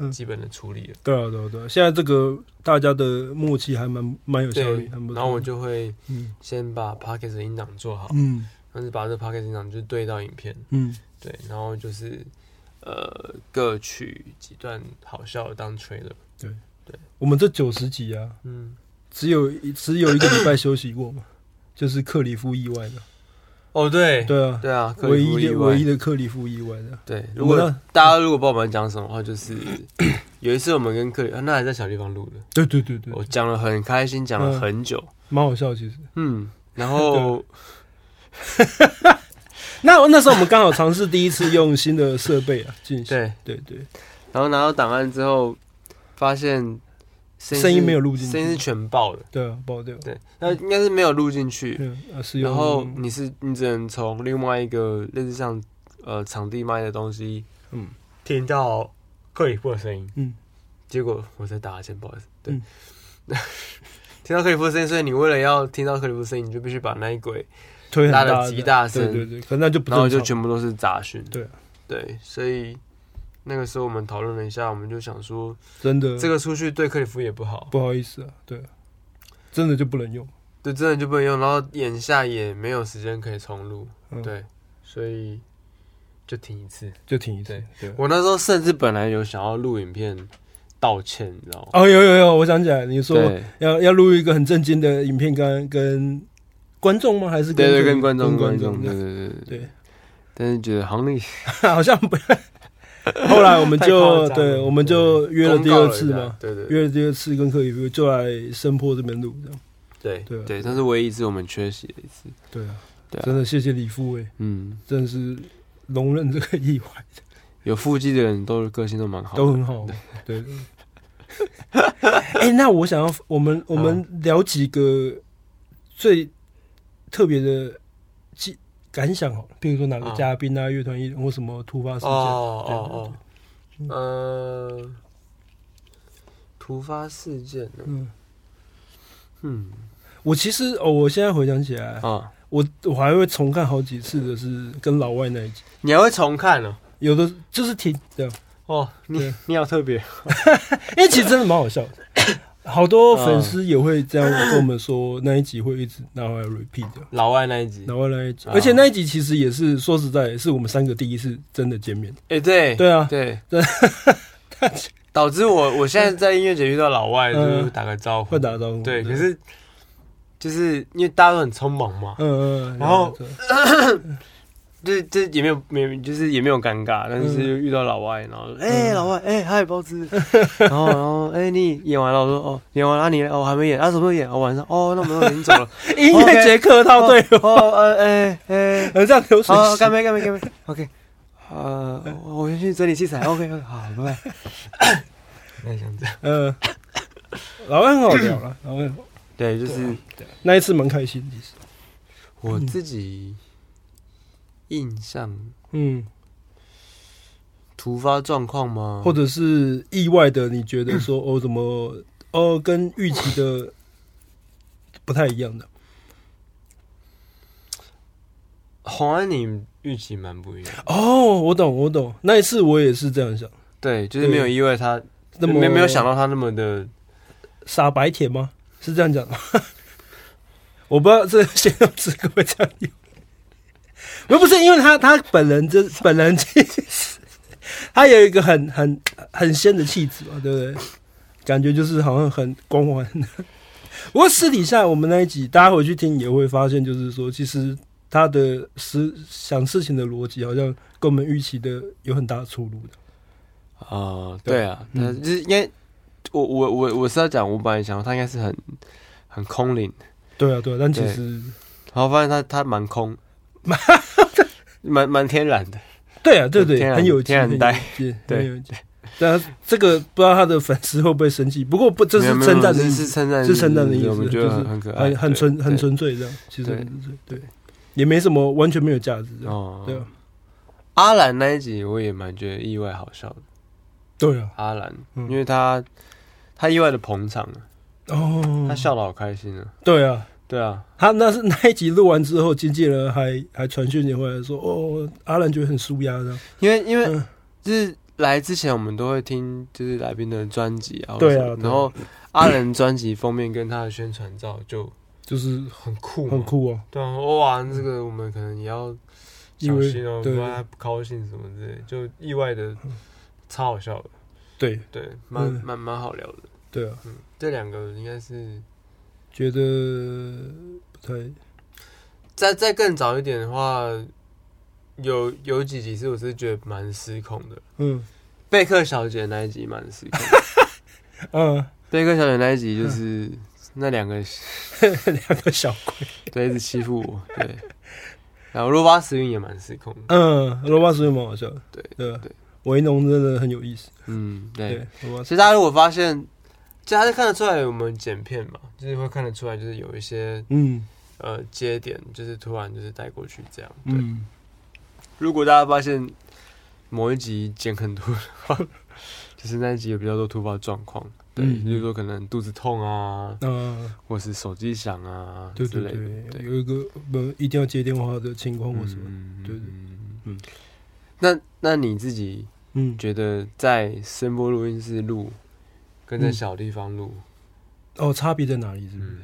S1: 嗯
S2: 基本的处理了，
S1: 对啊对啊对啊，现在这个大家的默契还蛮蛮有效率
S2: 对，，
S1: 还蛮不错。
S2: 然后我就会
S1: 嗯
S2: 先把 p o c k e t 的音档做好，
S1: 嗯
S2: 但是把这 p o c k e t 音档就对到影片，
S1: 嗯
S2: 对，然后就是呃各取几段好笑的当 trailer，
S1: 我们这九十集啊，
S2: 嗯，
S1: 只有一只有一个礼拜休息过嘛，就是克里夫意外的。
S2: 哦，对
S1: 对啊，
S2: 对啊，克
S1: 唯
S2: 里夫
S1: 一
S2: 意
S1: 的
S2: 外
S1: 唯一的克里夫意外的，
S2: 对，如果
S1: 我呢
S2: 大家如果不知道我们在讲什么的话，就是有一次我们跟克里，啊那还在小地方录的，
S1: 对对对对，
S2: 我讲了很开心，讲了
S1: 嗯
S2: 很久，
S1: 蛮好笑其实。
S2: 嗯，然后
S1: 那那时候我们刚好尝试第一次用新的设备 啊进行，
S2: 对，
S1: 对对
S2: 然后拿到档案之后，发现声
S1: 声音
S2: 是
S1: 没有录进去
S2: 声音是全爆的，
S1: 对啊，爆掉，
S2: 对，那应该是没有录进去，
S1: 对啊，是用
S2: 然后你是你只能从另外一个类似像呃场地卖的东西，
S1: 嗯，
S2: 听到克里夫的声音，
S1: 嗯，
S2: 结果我在打哈欠，不好意思，对，
S1: 嗯
S2: 听到克里夫的声音，所以你为了要听到克里夫的声音，你就必须把那一轨，
S1: 推很
S2: 拉得
S1: 大
S2: 极大声
S1: 对对对，可那就不
S2: 然后
S1: 正
S2: 就
S1: 常，
S2: 全部都是杂讯，
S1: 对啊
S2: 对，所以那个时候我们讨论了一下，我们就想说
S1: 真的
S2: 这个出去对克里夫也不好，
S1: 不好意思啊，对啊，真的就不能用，
S2: 对，真的就不能用，然后眼下也没有时间可以重录，
S1: 嗯
S2: 对，所以就停一次。
S1: 就停一次，对啊。
S2: 我那时候甚至本来有想要录影片道歉，你知道吗？
S1: 哦，有有有，我想起来，你说
S2: 对
S1: 要要录一个很震惊的影片跟跟观众吗？还是
S2: 对对，
S1: 这个
S2: 跟观众
S1: 跟观
S2: 观众，对
S1: 对
S2: 对对对。
S1: 对，
S2: 但是觉得行李
S1: 好像不。 后来我们就
S2: 太夸张了
S1: 对，我们就约了第二次嘛，，
S2: 对对
S1: 约了第二次跟克里夫就来声波这边录这样。
S2: 对
S1: 对
S2: 对
S1: 啊
S2: 对，但是唯一一次我们缺席的一次，
S1: 对啊，
S2: 对啊
S1: 真的谢谢李富伟，
S2: 嗯，
S1: 真的是容忍这个意外
S2: 有腹肌的人都个性都蛮好的，
S1: 都很好。对。对哎，那我想要我
S2: 嗯
S1: 们我们聊几个最特别的记感想好了，比如说哪个
S2: 啊
S1: 嘉宾啊、乐团艺人或什么突发事件。
S2: 哦
S1: 对对
S2: 哦哦，呃，突发事件呢，
S1: 嗯，
S2: 嗯
S1: 我其实哦，我现在回想起来，
S2: 啊，
S1: 我我还会重看好几次的是跟老外那一集，
S2: 你还会重看哦，
S1: 有的就是挺这样，
S2: 哦，你
S1: 对
S2: 你好特别，
S1: 因为其实真的蛮好笑的。 好
S2: 嗯
S1: 多粉丝也会这样跟我们说，那一集会一直拿回来 repeat 掉，
S2: 老外那一集
S1: 拿，回来那一集。
S2: 啊
S1: 而且那一集其实也是说实在，也是我们三个第一次真的见面。
S2: 哎，对
S1: 对啊，
S2: 对
S1: 对
S2: 导致我我现在在音乐节遇到老外，
S1: 嗯
S2: 就是打个招呼，
S1: 会打招呼。
S2: 对，可是就是因为大家都很匆忙嘛，
S1: 嗯嗯，
S2: 然后
S1: 对
S2: 就是这也没有没有就是也没有尴尬，但是
S1: 嗯
S2: 遇到老外，然后哎、老外哎嗨包子，然后然后哎、你演完了，我说哦演完了、啊、你哦还没演啊什么时候演？哦晚上哦那我们已经走 了，
S1: 音乐节客套对话，
S2: 哦呃哎哎
S1: 很像 流水
S2: 好
S1: 席
S2: 干杯干杯干 杯，OK，呃我我先去整理器材，OK OK 好拜拜。 那像这样，
S1: 嗯，老外很好聊了，老外很好
S2: 对，啊就是
S1: 那一次蛮开心，其实。
S2: 我自己印象
S1: 嗯，
S2: 突发状况吗？
S1: 或者是意外的，你觉得说哦，怎么哦，跟预期的不太一样的，
S2: 红安你预期蛮不一样，
S1: 哦，我懂，我懂。那一次我也是这样想，
S2: 对，就是没有意外他，
S1: 那么
S2: 没没有想到他那么的，
S1: 傻白甜吗？是这样讲吗？ 我不知道这个形容词可不可以这样用。不不是，因为他他本人这本人其实他有一个很很很仙的气质嘛，对不对？感觉就是好像很光环。不过私底下我们那一集，大家回去听也会发现，就是说，其实他的思想事情的逻辑，好像跟我们预期的有很大的出入的。
S2: 啊，
S1: 对
S2: 对啊，
S1: 嗯
S2: 那就是应该，我我我我是要讲，我本来想他应该是很很空灵，
S1: 对啊，对啊，但其实
S2: 然后发现他他蛮 空，蛮蛮天然的，
S1: 对啊，对对，
S2: 天然
S1: 很有
S2: 天然
S1: 钱，
S2: 呆
S1: 对，
S2: 对
S1: 很有钱。但这个不知道他的粉丝会不会生气，不过不，这是
S2: 没有没有
S1: 称赞的
S2: 是
S1: 意
S2: 是
S1: 思，
S2: 称赞
S1: 是称赞的意思，
S2: 我们觉
S1: 就是
S2: 得很可爱，
S1: 很很
S2: 对
S1: 纯很
S2: 对
S1: 纯粹这样，其实
S2: 对
S1: 很纯粹，对，也没什么完全没有价值这样，
S2: 哦。
S1: 对啊，
S2: 阿兰那一集我也蛮觉得意外好笑的，
S1: 对啊，
S2: 阿兰，
S1: 嗯
S2: 因为他他意外的捧场了，
S1: 哦，
S2: 他笑的好开心啊，
S1: 对啊。
S2: 对啊，
S1: 他那是 那一集录完之后，经纪人还还传讯息回来说：“哦，阿兰觉得很舒压的。
S2: 因为因为
S1: 嗯
S2: 就是来之前我们都会听就是来宾的专辑啊，
S1: 对啊
S2: 或者什么
S1: 对啊
S2: 然后阿仁专辑封面跟他的宣传照就”
S1: 就是
S2: 很酷，
S1: 很，酷哦，
S2: 对啊，哇，这个我们可能也要
S1: 因
S2: 小
S1: 为
S2: 心哦，不
S1: 对
S2: 然他不高兴什么之类，就意外的超好笑的，
S1: 对
S2: 对，蛮
S1: 嗯
S2: 蛮蛮好聊的，
S1: 对啊，
S2: 嗯，这两个应该是
S1: 觉得不太
S2: 再再更早一点的话，有有几集是我是觉得蛮失控的，
S1: 嗯
S2: 贝克小姐那一集蛮失控的。
S1: 嗯，
S2: 贝克小姐那一集就是 那两个
S1: 两个小鬼，
S2: 对一直欺负我，对。 然后若巴时运也蛮失控的，
S1: 嗯，罗巴斯也蛮好笑的，
S2: 对
S1: 对吧
S2: 对，
S1: 维农真的很有意思，
S2: 嗯，对
S1: 对。，罗巴斯，
S2: 其实大家如果发现，就还是看得出来我们剪片嘛，就是会看得出来，就是有一些
S1: 嗯
S2: 呃接点，就是突然就是带过去这样。对，
S1: 嗯，
S2: 如果大家发现某一集剪很多的话， 就是那一集有比较多突发状况，对，
S1: 嗯
S2: 比如说可能肚子痛啊，
S1: 嗯，
S2: 或是手机响啊
S1: 对
S2: 之
S1: 对
S2: 类的，
S1: 对，有一个不一定要接电话的情况或什么，
S2: 嗯
S1: 对对
S2: 嗯。那那你自己
S1: 嗯，
S2: 觉得在声波录音室录，跟在
S1: 嗯
S2: 小地方录，
S1: 哦，差别在哪里？是不是？
S2: 嗯，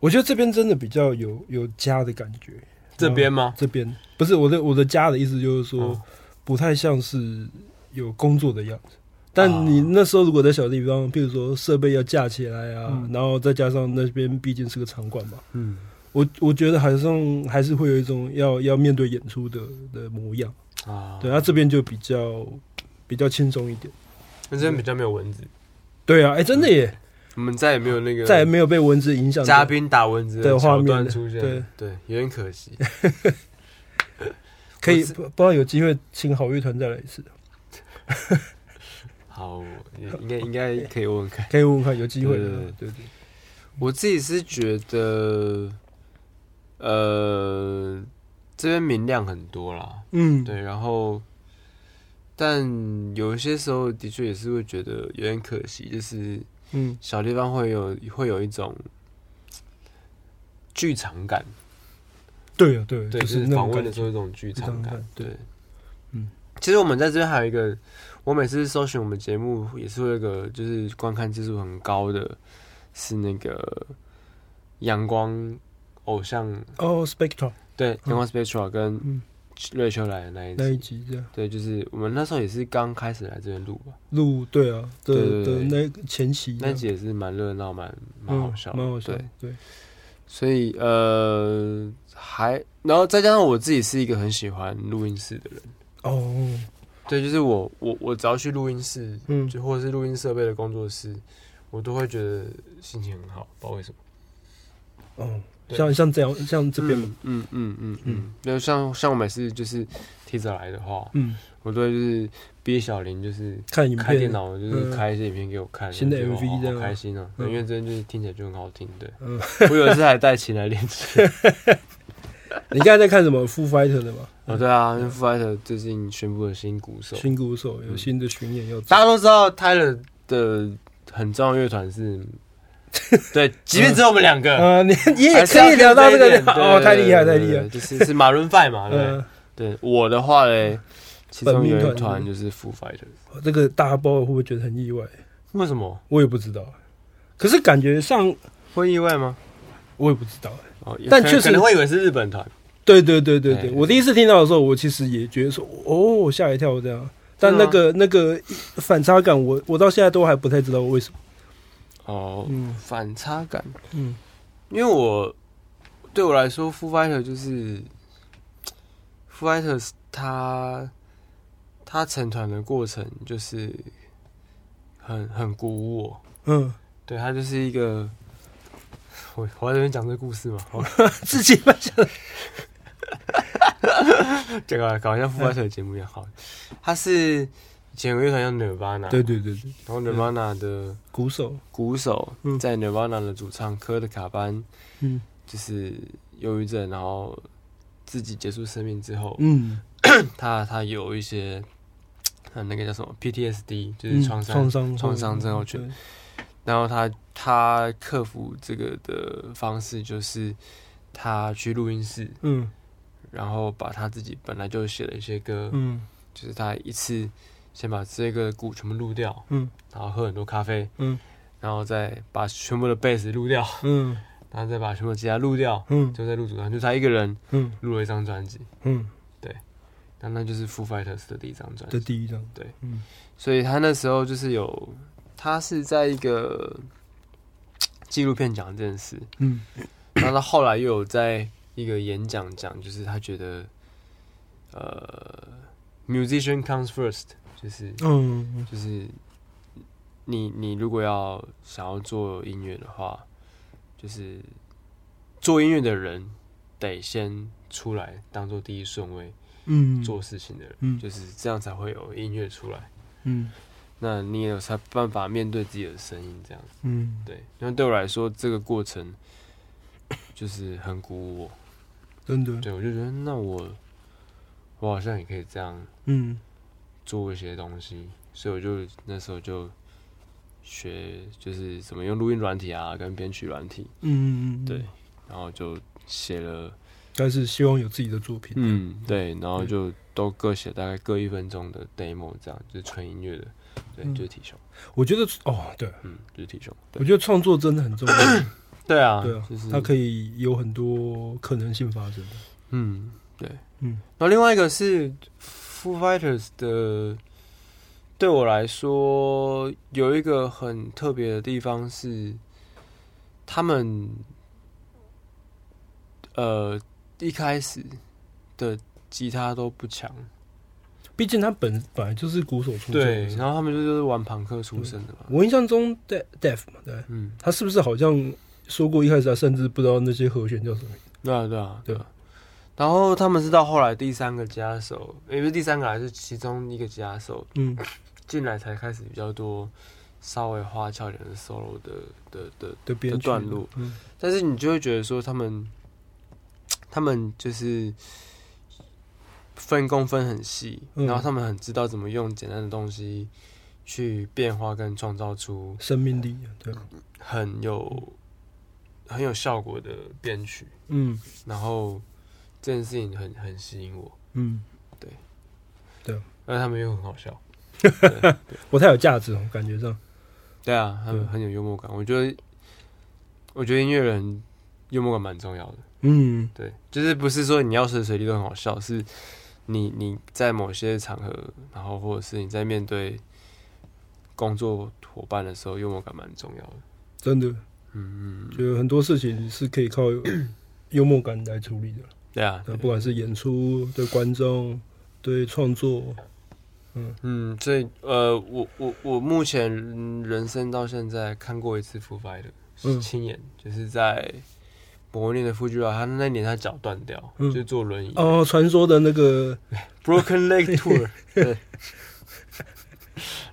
S1: 我觉得这边真的比较有有家的感觉，
S2: 这边吗？
S1: 这边不是我的我的家的意思，就是说、
S2: 嗯
S1: 不太像是有工作的样子。但你
S2: 啊
S1: 那时候如果在小地方，譬如说设备要架起来啊，
S2: 嗯
S1: 然后再加上那边毕竟是个场馆嘛，
S2: 嗯，
S1: 我我觉得好像还是会有一种要要面对演出的的模样。
S2: 啊，
S1: 对，那、这边就比较比较轻松一点。
S2: 那这边比较没有蚊子，
S1: 对啊，哎、真的耶，
S2: 我们再也没有那个
S1: 再也没有被蚊子影响到。
S2: 嗯嘉宾打蚊子
S1: 对画
S2: 桥
S1: 面
S2: 段出现，
S1: 对
S2: 对，有点可惜。
S1: 可以
S2: 我是
S1: 不不知道有机会请好乐团再来一次，
S2: 好，也应该应该可以问问看。
S1: 可以问问看，有机会的
S2: 对对
S1: 对对。
S2: 我自己是觉得，呃，这边明亮很多啦，
S1: 嗯，
S2: 对，然后，但有一些时候的确也是会觉得有点可惜，就是
S1: 嗯
S2: 小地方会有会有一种剧场感，
S1: 对啊，对啊，
S2: 对，
S1: 就
S2: 就是
S1: 那
S2: 访
S1: 种
S2: 问
S1: 感
S2: 的时
S1: 觉。
S2: 候有一种剧场
S1: 剧场
S2: 感
S1: 感，
S2: 对
S1: 对，嗯。
S2: 其实我们在这边还有一个，我每次搜寻我们节目也是会有一个，就是观看次数很高的，是那个阳光偶像，
S1: 哦，Spectra
S2: 对，
S1: 嗯
S2: 阳光 Spectra 跟
S1: 嗯
S2: 瑞秋来的那一
S1: 那一
S2: 集，
S1: 集这样
S2: 对，就是我们那时候也是刚开始来这边录吧，
S1: 录，对啊
S2: 对对
S1: 的的
S2: 对
S1: 那前期这
S2: 那
S1: 样
S2: 集也是蛮热闹，蛮蛮
S1: 嗯
S2: 好笑的，
S1: 蛮好笑
S2: 对
S1: 的，，对，
S2: 所以呃，还然后再加上我自己是一个很喜欢录音室的人，
S1: 哦，
S2: 对，就是我我我只要去录音室，
S1: 嗯
S2: 就或者是录音设备的工作室，我都会觉得心情很好，不知道为什么。
S1: 哦，
S2: 对
S1: 像像这样像这边嘛，
S2: 嗯嗯嗯嗯
S1: 嗯，
S2: 就、像像我每次就是提早来的话，
S1: 嗯，
S2: 我都会就是逼小林就是
S1: 看影
S2: 开电
S1: 片，
S2: 脑，就是
S1: 嗯
S2: 开一些影片给我看，
S1: 新的
S2: 然后就
S1: MV
S2: 哇
S1: 这样
S2: 好开心啊！对
S1: 嗯
S2: 因为真的就是听起来就很好听，对。
S1: 嗯
S2: 我有一次还带琴来练 习。
S1: 你刚才在看什么 Full Fighter 的嘛？
S2: 哦，对啊，因为 f i g h t 最近宣布了新鼓手，
S1: 新鼓手有
S2: 嗯
S1: 新的巡演要
S2: 大
S1: 做，
S2: 家都知道 Tyler 的很重要的乐团 是，对，即便只有我们两个，
S1: 啊，你你也
S2: 还是要
S1: 可以聊到这个
S2: 跟这一点
S1: 哦，
S2: 对
S1: 太厉害太
S2: 对对
S1: 厉害
S2: 对，就是是马伦派嘛，对不
S1: 嗯
S2: 对。对，我的话嘞，其
S1: 本
S2: 中
S1: 命
S2: 有一
S1: 团
S2: 团就是 Foo Fighters，
S1: 哦这个大家包会不会觉得很意外？
S2: 为什么
S1: 我也不知道，可是感觉上
S2: 会意外吗？
S1: 我也不知道。
S2: 哦，
S1: 但
S2: 可能
S1: 确实
S2: 可能会以为是日本团，
S1: 对对对对对，
S2: 哎
S1: 我第一次听到的时候，我其实也觉得说，哦，吓一跳这样。但那个那个反差感我，我到现在都还不太知道为什么。
S2: 哦，
S1: 嗯
S2: 反差感，
S1: 嗯
S2: 因为我对我来说 Foo Fighters 就是 Foo Fighters，他他成团的过程就是很很鼓舞我，
S1: 嗯，
S2: 对他就是一个，我我在这边讲这个故事嘛， 我
S1: 自己分享。
S2: 这个搞得像 Foo Fighters 的节目一样好。他是以前有乐团叫 Nirvana，
S1: 对，对对对，
S2: 然后 Nirvana 的
S1: 鼓手，
S2: 鼓手
S1: 嗯
S2: 在 Nirvana 的主唱科特卡班
S1: 嗯
S2: 就是忧郁症，然后自己结束生命之后，
S1: 嗯，
S2: 他他有一些呃那个叫什么 PTSD，就是
S1: 嗯
S2: 创伤、
S1: 创伤
S2: 创伤症候群，然后他他克服这个的方式就是他去录音室，
S1: 嗯
S2: 然后把他自己本来就写的一些歌，
S1: 嗯
S2: 就是他一次先把这个鼓全部录掉，
S1: 嗯
S2: 然后喝很多咖啡，
S1: 嗯，
S2: 然后再把全部的贝斯录掉，
S1: 嗯
S2: 然后再把全部的吉他录掉，
S1: 嗯
S2: 就在录主唱，就他一个人
S1: 嗯
S2: 录了一张专辑，
S1: 嗯
S2: 那那就是 Foo Fighters 的第一张专
S1: 这
S2: 辑，
S1: 第一张，
S2: 对，
S1: 嗯
S2: 所以他那时候就是有，他是在一个纪录片讲这件事，
S1: 嗯
S2: 然后他后来又有在一个演讲讲，就是他觉得，呃，musician comes first，就是
S1: 嗯，
S2: 就是你你如果要想要做音乐的话，就是做音乐的人得先出来当做第一顺位
S1: 嗯，
S2: 做事情的人，
S1: 嗯
S2: 就是这样才会有音乐出来。
S1: 嗯
S2: 那你也有才办法面对自己的声音，这样子
S1: 嗯，
S2: 对。那对我来说，这个过程 就是很鼓舞我。
S1: 真的，
S2: 对，我就觉得那我我好像也可以这样
S1: 嗯
S2: 做一些东西，所以我就那时候就学就是怎么用录音软体啊，跟编曲软体，
S1: 嗯，
S2: 对，然后就写了，
S1: 但是希望有自己的作品，
S2: 嗯，对，然后就都各写大概各一分钟的 demo，这样就是纯音乐的，对，
S1: 嗯
S2: 就是体胸，
S1: 我觉得哦，对，
S2: 嗯，就是体胸，
S1: 我
S2: 对，
S1: 觉得创作真的很重要，
S2: 对啊，
S1: 对啊
S2: 就是，
S1: 它可
S2: 以，
S1: 以有很多可能性发生的，
S2: 嗯，对，
S1: 嗯
S2: 然后另外一个是 Foo Fighters 的，对我来说有一个很特别的地方是，他们呃一开始的吉他都不强，
S1: 毕竟他本本来就是鼓手出
S2: 对，
S1: 身，
S2: 然后他们嗯就是嗯玩朋克出身的嘛，
S1: 我印象中 d e d e a 嘛，对，
S2: 嗯，
S1: 他是不是好像说过一开始他甚至不知道那些和弦叫什么？
S2: 对啊，对啊，
S1: 对
S2: 对啊。然后他们是到后来第三个吉他手，也不是第三个啦，还是其中一个吉他手，
S1: 嗯
S2: 进来才开始比较多稍微花俏点的 solo 的的的，
S1: 的编
S2: 的
S1: 曲
S2: 段落，
S1: 嗯
S2: 但是你就会觉得说他们他们就是分工分很细，
S1: 嗯
S2: 然后他们很知道怎么用简单的东西去变化跟创造出
S1: 生命力，对，
S2: 很有很有效果的编曲，
S1: 嗯
S2: 然后这件事情很很吸引我，
S1: 嗯，
S2: 而且他们又很好笑。
S1: 不太有价值哦，感觉上，
S2: 对啊，他们
S1: 对
S2: 很有幽默感。我觉得，我觉得音乐人幽默感蛮重要的。
S1: 嗯
S2: 对，就是不是说你要随时随地都很好笑，是你你在某些场合，然后或者是你在面对工作伙伴的时候，幽默感蛮重要的。
S1: 真的，
S2: 嗯嗯，
S1: 就很多事情是可以 靠幽默感来处理的，
S2: 对啊，
S1: 那
S2: 对
S1: 不管是演出对观众、对创作，
S2: 嗯，所以呃，我我我目前人生到现在看过一次 Foo f i g h
S1: 嗯
S2: t 亲眼就是在某一年的 f u j i 他那年他脚断掉，
S1: 嗯
S2: 就坐轮椅。
S1: 哦，传说的那个，
S2: Broken Leg Tour，对，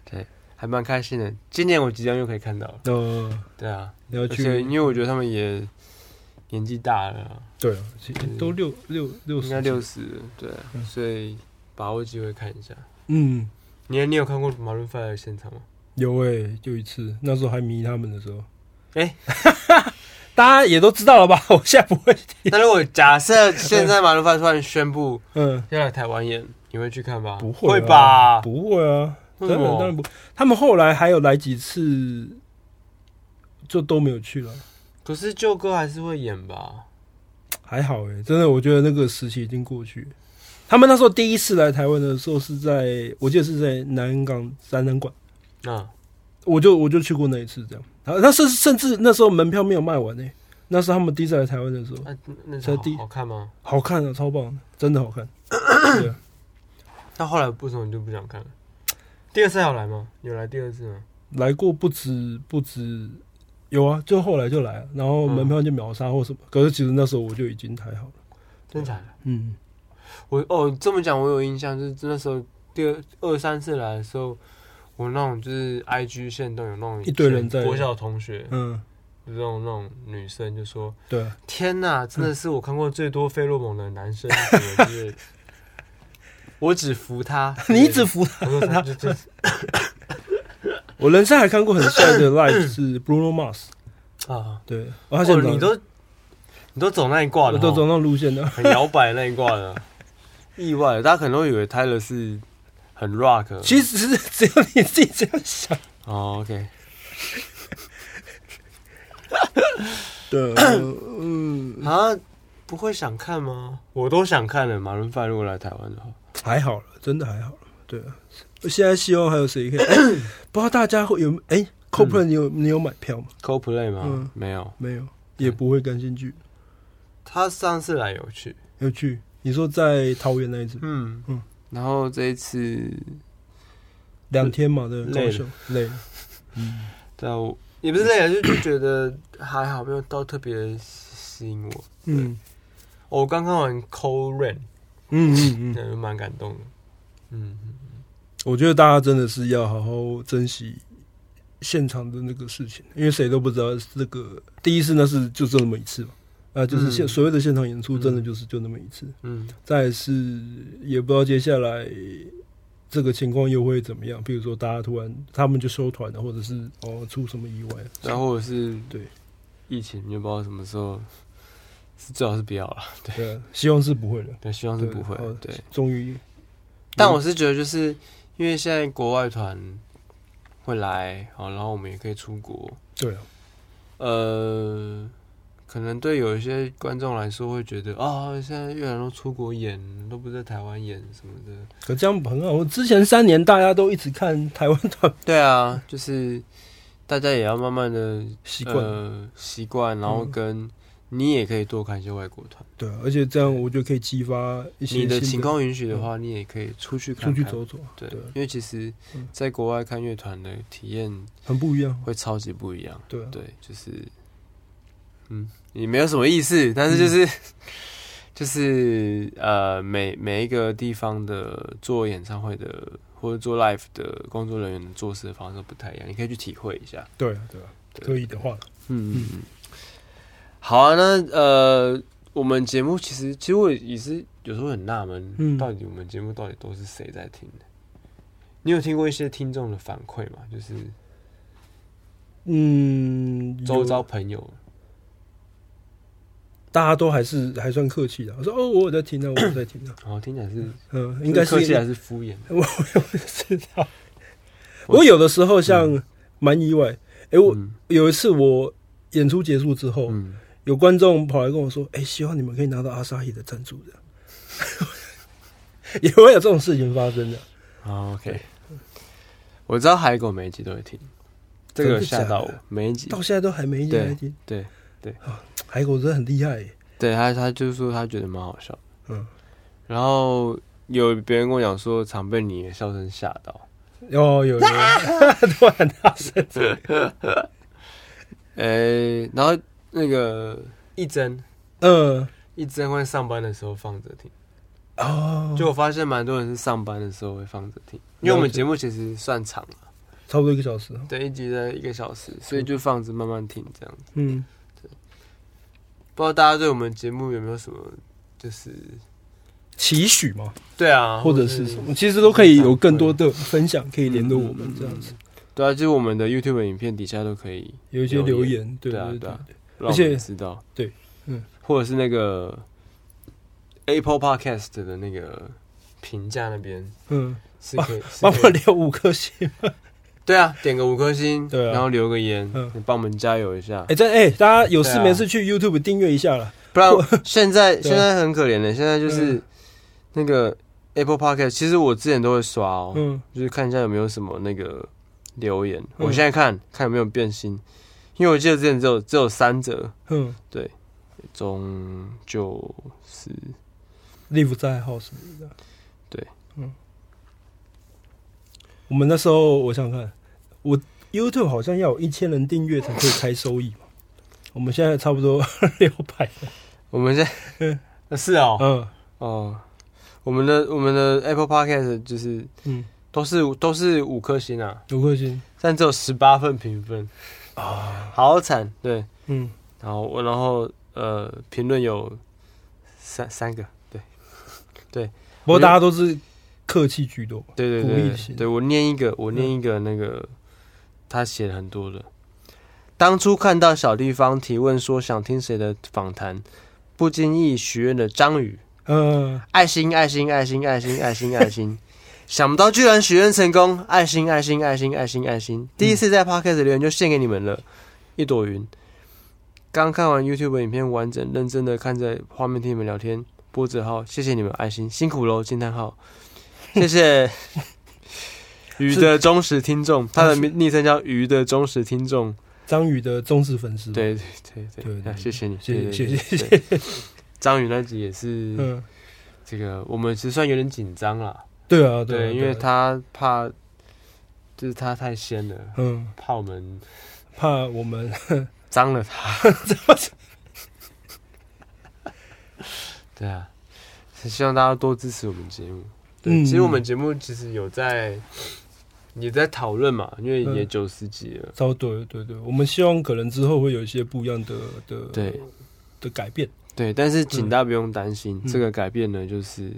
S2: 对，还蛮开心的。今年我即将又可以看到了，
S1: 呃，
S2: 对啊，
S1: 你要
S2: 而且因
S1: 去，
S2: 为我觉得他们也年纪大了啊，
S1: 对啊，其实都六六六十，
S2: 应该六，十了，对啊
S1: 嗯，
S2: 所以把握机会看一下。
S1: 嗯，
S2: 你你有看过马伦 Five 的现场吗？
S1: 有诶、就一次，那时候还迷他们的时候，
S2: 哎
S1: 大家也都知道了吧？我现在不会，
S2: 但是我假设现在马伦 Five 突然 宣布
S1: 嗯，
S2: 要来台湾演，你会去看吗？
S1: 不
S2: 会
S1: 会啊
S2: 吧？
S1: 不会啊，
S2: 为
S1: 当
S2: 什
S1: 然
S2: 么
S1: 当然不。他们后来还有来几次，就都没有去了。
S2: 可是旧歌还是会演吧？
S1: 还好哎、真的，我觉得那个时期已经过去。他们那时候第一次来台湾的时候是在，我记得是在南港展览馆，
S2: 嗯，
S1: 我就我就去过那一次，这样。啊，那甚甚至那时候门票没有卖完呢、欸那是他们第一次来台湾的时候，
S2: 那那
S1: 才
S2: 好
S1: 第
S2: 好看吗？
S1: 好看啊，超棒的，真的好看。啊
S2: 那后来为什么你就不想看了？第二次还有来吗？有来第二次吗？
S1: 来过不止不止，有啊，就后来就来了，然后门票就秒杀或什么。可是其实那时候我就已经还好了，
S2: 真假的？
S1: 嗯。
S2: 我哦，这么讲我有印象，就是那时候第二二三次来的时候，我那种就是 I G 线都有那种
S1: 一堆人在
S2: 国小同学，
S1: 嗯
S2: 就是那种那种女生就说，：“
S1: 对啊，
S2: 天哪，真的是我看过最多费洛蒙的男生，什么之类的 我只服 他，
S1: 你只服
S2: 他，我说他就就是
S1: 我人生还看过很帅 的 live 是 Bruno Mars，
S2: 啊，
S1: 对，我
S2: 哦
S1: 他现在
S2: 你都你都走那一挂的
S1: 我
S2: 哦，
S1: 都走那种路线的，
S2: 很摇摆那一挂的， 意外，大家可能会以为 Tyler 是很 rock，
S1: 其实是只有你自己这样想
S2: 哦，OK，
S1: 的， 嗯，
S2: 啊，不会想看吗？我都想看了，马伦饭如果来台湾的话，
S1: 还好了，真的还好了，对啊。我现在希望还有谁可以， 哎不知道大家会有哎 c o p l a n 你有你有买票吗？
S2: Coldplay 吗？
S1: 嗯
S2: 没有，
S1: 没有，也不会感兴趣。
S2: 他上次来有去，
S1: 有去。你说在桃园那一次
S2: 嗯
S1: 嗯
S2: 然后这一次，
S1: 两天嘛，对，
S2: 累
S1: 高
S2: 了
S1: 雄累了，
S2: 对啊，我也不是累了，就就觉得还好，没有到特别吸引我。
S1: 嗯
S2: 哦我刚看完《Cold Rain
S1: 嗯嗯》，嗯，
S2: 感觉蛮感动的。嗯，嗯
S1: 我觉得大家真的是要好好珍惜现场的那个事情，因为谁都不知道这个第一次那是就这么一次嘛，啊，就是现
S2: 嗯
S1: 所谓的现场演出，真的就是就那么一次。
S2: 嗯，
S1: 再来是也不知道接下来这个情况又会怎么样，比如说大家突然他们就收团了，或者是哦出什么意外，
S2: 然后我是
S1: 对
S2: 疫情，就不知道什么时候，是最好是不要了。
S1: 对，啊希望是不会的，
S2: 对，哦希望是不会
S1: 对好。
S2: 对，
S1: 终于，
S2: 但我是觉得，就是因为现在国外团会来，好，然后我们也可以出国。
S1: 对啊，
S2: 呃，可能对有一些观众来说会觉得啊、现在越南都出国演，都不在台湾演什么的。
S1: 可这样很好。我之前三年大家都一直看台湾团
S2: 对啊，就是大家也要慢慢的
S1: 习惯，
S2: 呃习惯，然后
S1: 嗯
S2: 跟、你也可以多看一些外国团。
S1: 对啊，而且这样我就可以激发一些
S2: 你的
S1: 新
S2: 情况允许的话，你也可以出去看
S1: 出
S2: 看
S1: 去走走，
S2: 对，
S1: 对啊
S2: 因为其实
S1: 嗯
S2: 在国外看乐团的体验
S1: 很不一样，
S2: 会超级不一样。
S1: 对啊，
S2: 对，就是，嗯，也没有什么意思，但是就是、
S1: 嗯
S2: 就是呃，每每一个地方的做演唱会的或者做 live 的工作人员的做事的方式都不太一样，你可以去体会一下。
S1: 对啊，对啊，
S2: 对
S1: 可以的话，
S2: 嗯嗯嗯。好啊，那呃，我们节目其实其实我也是有时候很纳闷，
S1: 嗯
S2: 到底我们节目到底都是谁在听的？你有听过一些听众的反馈吗？就是
S1: 嗯，有
S2: 周遭朋友，
S1: 大家都还是还算客气的，我说哦，我有在听啊，我有在听啊，
S2: 然后听起来是
S1: 嗯，应该
S2: 客气啊还
S1: 是
S2: 是敷衍？
S1: 我也不知道，我有的时候像蛮意外，诶，我
S2: 嗯
S1: 有一次我演出结束之后，
S2: 嗯，
S1: 有观众跑来跟我说：“哎、希望你们可以拿到阿萨伊的赞助 的。”也会有这种事情发生的。哦
S2: 好，OK。我知道海狗每一集都会听，这个有吓到
S1: 真的假
S2: 我
S1: 的。
S2: 每一集，
S1: 到现在都还没一
S2: 对
S1: 人来听，
S2: 对
S1: 海狗真的很厉害、耶
S2: 对，他他就是说他觉得蛮好笑的。
S1: 嗯，
S2: 然后有别人跟我讲说，常被你的笑声吓 到。
S1: 哦有有有，
S2: 啊
S1: 突然大声，
S2: 呃，然后那个一真
S1: 嗯，
S2: 一真会上班的时候放着听，
S1: 哦，
S2: 就我发现蛮多人是上班的时候会放着听，因为我们节目其实算长了，
S1: 差不多一个小时。
S2: 对，一集在一个小时，所以就放着慢慢听这样。
S1: 嗯，
S2: 不知道大家对我们节目有没有什么就是
S1: 期许嘛，
S2: 对啊，
S1: 或者是什么，其实都可以有更多的分享，可以联络我们这样子。
S2: 对啊，就是我们的 YouTube 影片底下都可以，
S1: 有一些留言，对
S2: 对啊
S1: 对
S2: 对
S1: 对
S2: 啊，
S1: 而且
S2: 让我们知道，
S1: 对，嗯，
S2: 或者是那个 Apple Podcast 的那个评价那边
S1: 嗯，
S2: 是可以，是
S1: 帮
S2: 可以
S1: 我留五颗 星。
S2: 对啊，点个五颗星，
S1: 对啊
S2: 然后留个言
S1: 嗯，
S2: 你帮我们加油一下
S1: 哎，，这哎，大家有事
S2: 对啊
S1: 没事去 YouTube 订阅一下啦。
S2: 不然 现在
S1: 对啊
S2: 现在很可怜的，现在就是
S1: 嗯
S2: 那个 Apple Podcast，其实我之前都会刷哦，
S1: 嗯，
S2: 就是看一下有没有什么那个留言。
S1: 嗯
S2: 我现在看看有没有变新，因为我记得之前只有只有三折，
S1: 嗯
S2: 终究是
S1: ，Live 在 House 里的。
S2: 对，
S1: 嗯，我们那时候我想想看，我 YouTube 好像要有一千人订阅才可以开收益嘛。我们现在差不多 六百，
S2: 我们现
S1: 嗯
S2: 在是哦
S1: 嗯
S2: 哦，我们的我们的 Apple Podcast 就是
S1: 嗯，
S2: 都是都是五颗星啊，
S1: 五颗星，
S2: 但只有十八份评分啊，好惨对。
S1: 嗯，
S2: 然后我然后呃评论有三三个，对
S1: 不过大家都是客气居多嘛。
S2: 对对
S1: 鼓励
S2: 对对，
S1: 型
S2: 对我念一个，我念一个那个、他写了很多的。当初看到小地方提问说想听谁的访谈，不经意许愿的张宇，
S1: 嗯，
S2: 爱心爱心爱心爱心爱心爱心， 想不到居然许愿成功，爱心爱心爱心爱心爱心，第一次在 podcast 留言就献给你们了，一朵云。刚看完 YouTube 影片完整，认真的看着画面听你们聊天，波折号，谢谢你们爱心，辛苦喽！惊叹 号，谢谢鱼的忠实听众，他的昵称叫鱼的忠实听众，
S1: 张宇的忠实粉丝，，
S2: 对对对
S1: 对对
S2: 啊谢谢你，
S1: 谢谢谢谢
S2: 谢。章鱼那集也是
S1: 嗯，
S2: 这个，我们其实算有点紧张啦，
S1: 对啊，啊
S2: 对，因为，他怕，就是他太鲜了，
S1: 啊嗯，
S2: 怕我们
S1: 怕我们
S2: 脏了他。 对啊，希望大家多支持我们节目。对，
S1: 嗯
S2: 其实我们节目其实有在也在讨论嘛，因为也
S1: 嗯。
S2: 九十集了
S1: 遭对对对，我们希望可能之后会有一些不一样的的
S2: 对
S1: 的改变，
S2: 对，但是请大家不用担心，
S1: 嗯
S2: 这个改变呢，就是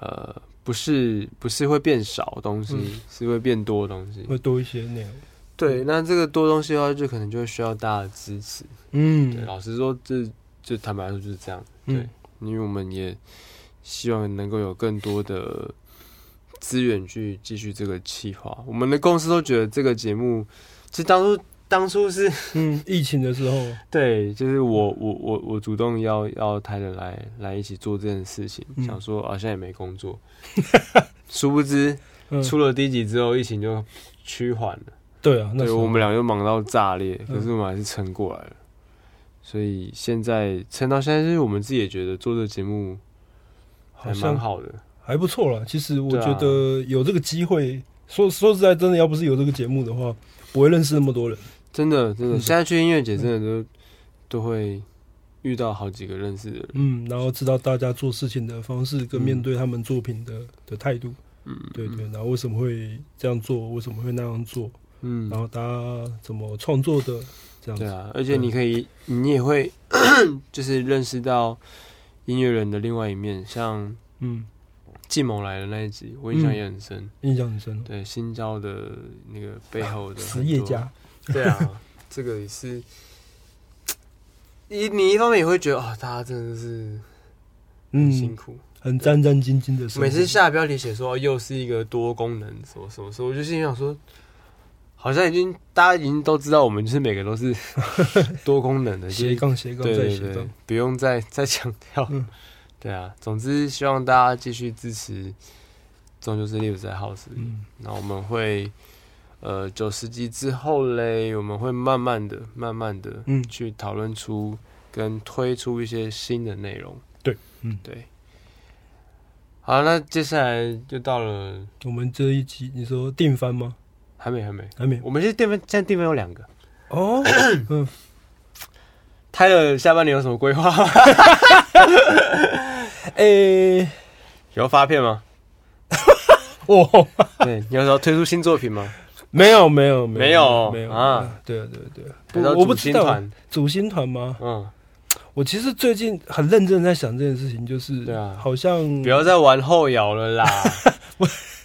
S2: 呃，不是不是会变少东西，
S1: 嗯
S2: 是会变多东西。
S1: 会多一些内容。
S2: 对，那这个多东西的话，就可能就会需要大家的支持。对，
S1: 嗯
S2: 老实说，这就坦白说就是这样。对
S1: 嗯，
S2: 因为我们也希望能够有更多的资源去继续这个企划。我们的公司都觉得这个节目，其实当初当初是
S1: 嗯，疫情的时候，
S2: 对，就是我我我我主动要要泰勒来来一起做这件事情，
S1: 嗯
S2: 想说啊现在也没工作，殊不知
S1: 嗯，
S2: 出了第一集之后，疫情就趋缓了，
S1: 对啊，那
S2: 对
S1: 时候
S2: 我们俩就忙到炸裂，
S1: 嗯
S2: 可是我们还是撑过来了。所以现在撑到现在，就是我们自己也觉得做这个节目还
S1: 好
S2: 蛮
S1: 像
S2: 好的，
S1: 还不错啦。其实我
S2: 对啊
S1: 觉得有这个机会，说说实在，真的要不是有这个节目的话，不会认识那么多人。
S2: 真的真的。
S1: 嗯
S2: 现在去音乐节真的都、嗯都会遇到好几个认识的人，
S1: 嗯，然后知道大家做事情的方式跟
S2: 嗯
S1: 面对他们作品的的态度，
S2: 嗯，
S1: 对对。然后为什么会这样做，为什么会那样做，
S2: 嗯，
S1: 然后大家怎么创作的，这样子。
S2: 对啊，而且你
S1: 嗯
S2: 可以，你也会 就是认识到音乐人的另外一面，像
S1: 嗯，
S2: 季某来的那一集，我印象
S1: 嗯
S2: 也很深。
S1: 印象很深哦。
S2: 对，新交的那个背后的
S1: 实
S2: 很
S1: 业
S2: 多
S1: 家，，
S2: 对啊，这个也是。一你一方面也会觉得啊、大家真的是很辛
S1: 嗯，
S2: 苦。
S1: 很战战兢兢的生活。
S2: 每次下标题写说哦又是一个多功能什么什么什么，我就心里想说，好像已经大家已经都知道，我们就是每 个都是多功能的，就是
S1: 斜杠斜杠
S2: 对
S1: 再
S2: 对
S1: 斜
S2: 对
S1: 杠，，
S2: 不用再再强调。
S1: 嗯
S2: 对啊，总之希望大家继续支持终究是 live 在 house 里。
S1: 嗯
S2: 那、我们会呃九十集之后嘞，我们会慢慢的、慢慢的
S1: 嗯
S2: 去讨论出跟推出一些新的内容。
S1: 对，嗯
S2: 对。好，那接下来就到了，
S1: 我们这一集你说定番吗？
S2: 还没还没，
S1: 还没
S2: 我们现在定分现在定分有两个。
S1: 哦，嗯，
S2: 泰勒下半年有什么规 划？
S1: 诶、
S2: 哎有发片吗？
S1: 哦，
S2: 对，你有什么推出新作品吗？
S1: 没有没有
S2: 没有
S1: 没有
S2: 啊，
S1: 对啊对啊对啊，
S2: 还是要
S1: 不我不
S2: 组
S1: 知
S2: 新
S1: 道
S2: 团，
S1: 主新团吗？
S2: 嗯，
S1: 我其实最近很认真地在想这件事情，就是
S2: 对啊
S1: 好像
S2: 不要再玩后摇了 啦。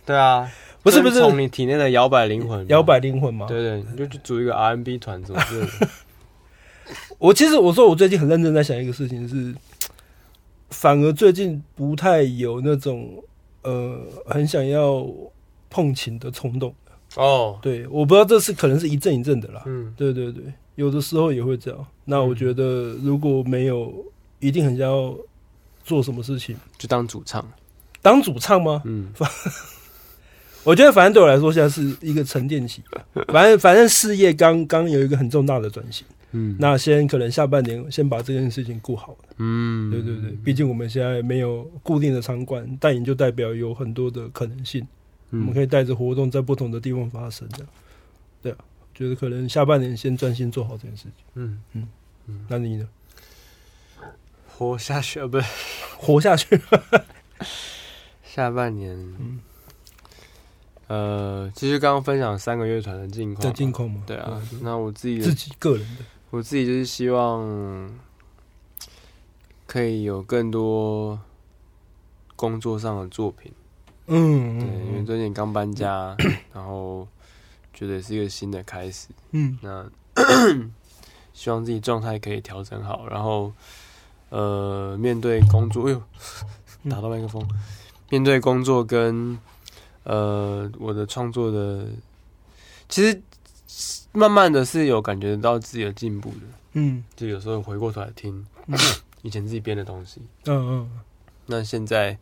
S2: 对啊，
S1: 不是不是
S2: 从你体内的摇摆灵魂，
S1: 摇，摆灵魂嘛。
S2: 对对，你就去组一个 RMB 团，怎么之 类的
S1: 我其实我说我最近很认真地在想一个事情是，反而最近不太有那种呃很想要碰琴的冲动。
S2: 哦，
S1: 对，我不知道这是可能是一阵一阵的啦。
S2: 嗯，
S1: 对对对，有的时候也会这样。那我觉得如果没有一定很想要做什么事情，
S2: 就当主唱，
S1: 当主唱吗？
S2: 嗯，
S1: 我觉得反正对我来说现在是一个沉淀期，反正反正事业刚刚有一个很重大的转型，
S2: 嗯
S1: 那先可能下半年先把这件事情顾好。
S2: 嗯，
S1: 对对对，毕竟我们现在没有固定的场馆，带领就代表有很多的可能性，
S2: 嗯，
S1: 我们可以带着活动在不同的地方发生的。对啊，觉得可能下半年先专心做好这件事情。
S2: 嗯，
S1: 那你呢？
S2: 活下去啊，不是
S1: 活下 去。
S2: 下半年，呃，其实刚刚分享三个乐团的近况
S1: 在
S2: 嘛，
S1: 近况吗？
S2: 对啊，那我自己的
S1: 自己个人的，
S2: 我自己就是希望可以有更多工作上的作品，
S1: 嗯
S2: 对，因为
S1: 嗯
S2: 最近刚搬家，然后觉得也是一个新的开始，
S1: 嗯
S2: 那 希望自己状态可以调整好，然后呃，面对工作，哎呦，打到麦克风，面对工作跟呃我的创作的，其实慢慢的是有感觉到自己的进步的。
S1: 嗯
S2: 就有时候回过头来听
S1: 嗯
S2: 以前自己编的东西，
S1: 嗯嗯
S2: 那现在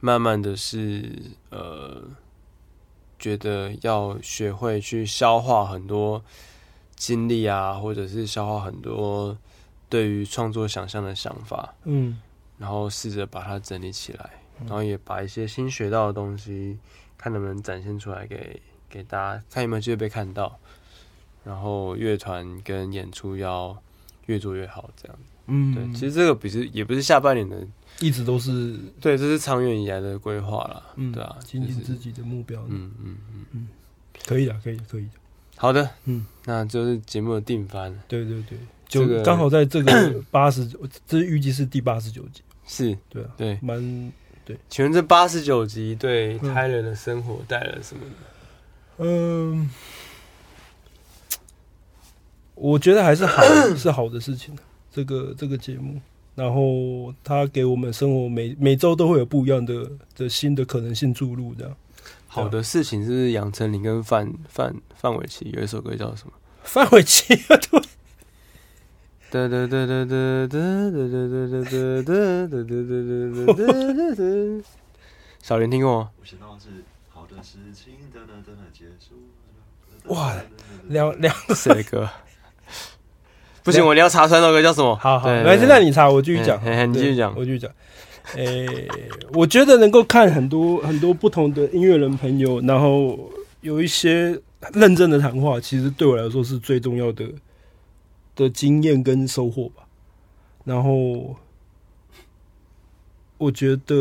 S2: 慢慢的是呃，觉得要学会去消化很多经历啊，或者是消化很多对于创作想象的想法，
S1: 嗯
S2: 然后试着把它整理起来，然后也把一些新学到的东西，看能不能展现出来给给大家，看有没有机会被看到。然后乐团跟演出要越做越好，这样。
S1: 嗯，
S2: 对，其实这个不是也不是下半年的，
S1: 一直都是
S2: 对，这是长远以来的规划啦。
S1: 嗯
S2: 对啊，
S1: 精
S2: 就
S1: 进
S2: 是
S1: 自己的目标，
S2: 嗯嗯嗯，
S1: 可以的，可以的，可以的，
S2: 好的，
S1: 嗯
S2: 嗯，那就是节目的定番了，
S1: 对对对，
S2: 这
S1: 就
S2: 个
S1: 刚好在这个八十九， 这预计是第八十九集，
S2: 是
S1: 对啊，
S2: 对。
S1: 蛮
S2: 请问这八十九集对
S1: 嗯
S2: Tyler 的生活带来了什么？
S1: 嗯，我觉得还是好是好的事情，啊这个这个节目。然后他给我们生活每每周都会有不一样的的新的可能性注入，这样
S2: 好的事情是不是杨丞琳跟范范范玮琪有一首歌叫什么？
S1: 范玮琪对
S2: 哒哒哒哒哒哒哒哒哒哒哒哒哒哒哒哒哒。小林听过吗？
S4: 我想到的是好的事情，等等等等结束。
S1: 哇，两两
S2: 谁的歌？ 不行，我一定要查出来那首歌叫什么。
S1: 好好，
S2: 对对
S1: 来，现
S2: 对
S1: 在你查，我继续讲，
S2: 嘿嘿你继续
S1: 对
S2: 讲
S1: 我继续讲。诶、我觉得能够看很多很多不同的音乐人朋友，然后有一些认真的谈话，其实对我来说是最重要的的经验跟收获吧。然后我觉得，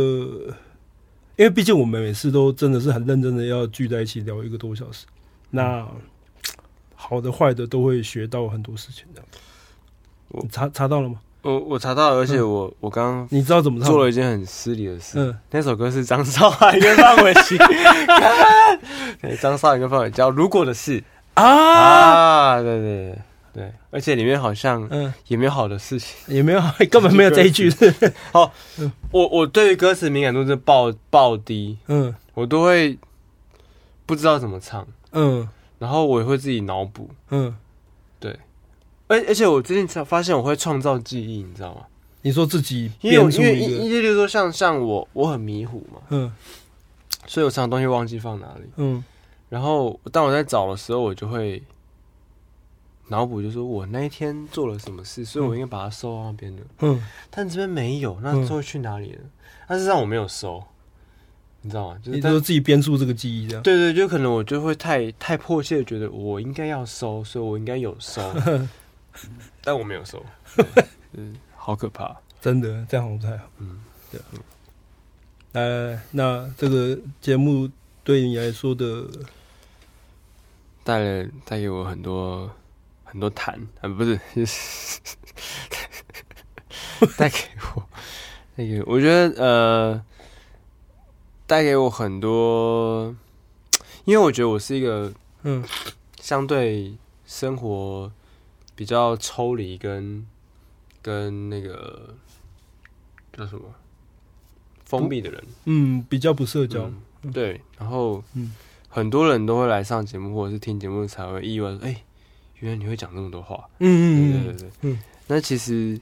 S1: 因为毕竟我们每次都真的是很认真的要聚在一起聊一个多小时，那
S2: 嗯
S1: 好的坏的都会学到很多事情的。
S2: 我
S1: 你查查到了吗？
S2: 我我查到了，而且我我刚
S1: 你知道怎么
S2: 刚
S1: 唱
S2: 做
S1: 吗
S2: 了一件很失礼的事。
S1: 嗯，
S2: 那首歌是张韶涵跟范玮 琪， 对，张韶涵跟范玮琪叫《如果的事》
S1: 啊，
S2: 啊，对对对对，而且里面好像
S1: 嗯，
S2: 也没有好的事情。哦
S1: 也没有， 根本没有这一句，
S2: 我我对于歌词敏感度是爆爆低，
S1: 嗯
S2: 我都会不知道怎么唱，
S1: 嗯
S2: 然后我也会自己脑补。
S1: 嗯，
S2: 而而且我最近才发现我会创造记忆，你知道吗？
S1: 你说自己
S2: 因为
S1: 编
S2: 我
S1: 出
S2: 因为因
S1: 一
S2: 因
S1: 个，
S2: 因为例如说像像我我很迷糊嘛，
S1: 嗯
S2: 所以我常常东西忘记放哪里。
S1: 嗯
S2: 然后当我在找的时候，我就会脑补，就说我那一天做了什么事，所以我应该把它收到那边的。
S1: 嗯，
S2: 但这边没有，那
S1: 嗯
S2: 最后去哪里了？但是让我没有收，你知道吗？就是
S1: 你
S2: 但
S1: 说自己编出这个记忆这样，
S2: 对对，就可能我就会太太迫切的觉得我应该要收，所以我应该有收，但我没有收，对嗯，好可怕。
S1: 真的这样好像不太好，
S2: 嗯，
S1: 对啊。呃，那这个节目对你来说的，
S2: 带了带给我很多很多痰，啊，不是， 带给我，带给我，我觉得呃，带给我很多，因为我觉得我是一个
S1: 嗯
S2: 相对生活比较抽离跟跟那个叫什么封闭的人，
S1: 嗯，比较不社交，
S2: 嗯对，然后
S1: 嗯
S2: 很多人都会来上节目或者是听节目才会意外说，哎、原来你会讲这么多话，对对
S1: 嗯嗯
S2: 对对，
S1: 嗯
S2: 那其实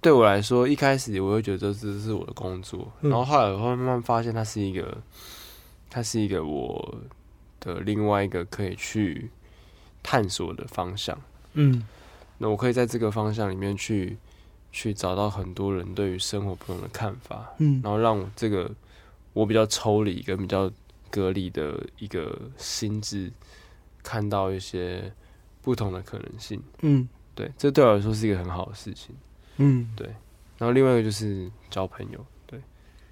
S2: 对我来说，一开始我会觉得这只是我的工作，
S1: 嗯
S2: 然后后来我会慢慢发现它是一个，它是一个我的另外一个可以去探索的方向。
S1: 嗯
S2: 那我可以在这个方向里面去去找到很多人对于生活不同的看法，
S1: 嗯
S2: 然后让我这个我比较抽离跟比较隔离的一个心智，看到一些不同的可能性。
S1: 嗯
S2: 对，这对我来说是一个很好的事情。
S1: 嗯，
S2: 然后另外一个就是交朋友，对，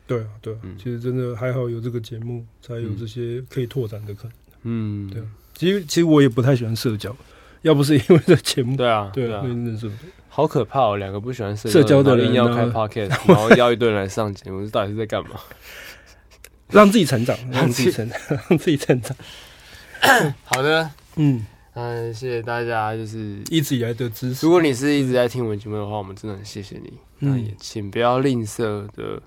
S1: 对啊对啊，
S2: 嗯
S1: 其实真的还好有这个节目，才有这些可以拓展的可能。
S2: 嗯，
S1: 对其实其实我也不太喜欢社交，要不是因为这节目，
S2: 对啊，
S1: 对
S2: 啊
S1: 啊，，认识
S2: 好可怕哦！两个不喜欢社
S1: 社交的
S2: 然后
S1: 人
S2: 硬要
S1: 然
S2: 开
S1: 后
S2: podcast，然 后邀一堆人来上节目，这到底是在干嘛？
S1: 让自己成长，让自己成长，让自己成长。
S2: 好的，
S1: 嗯，
S2: 嗯，谢谢大家，就是
S1: 一直以来的知识
S2: 如，果你是一直在听我们节目的话，我们真的很谢谢你。
S1: 嗯
S2: 那也请不要吝啬的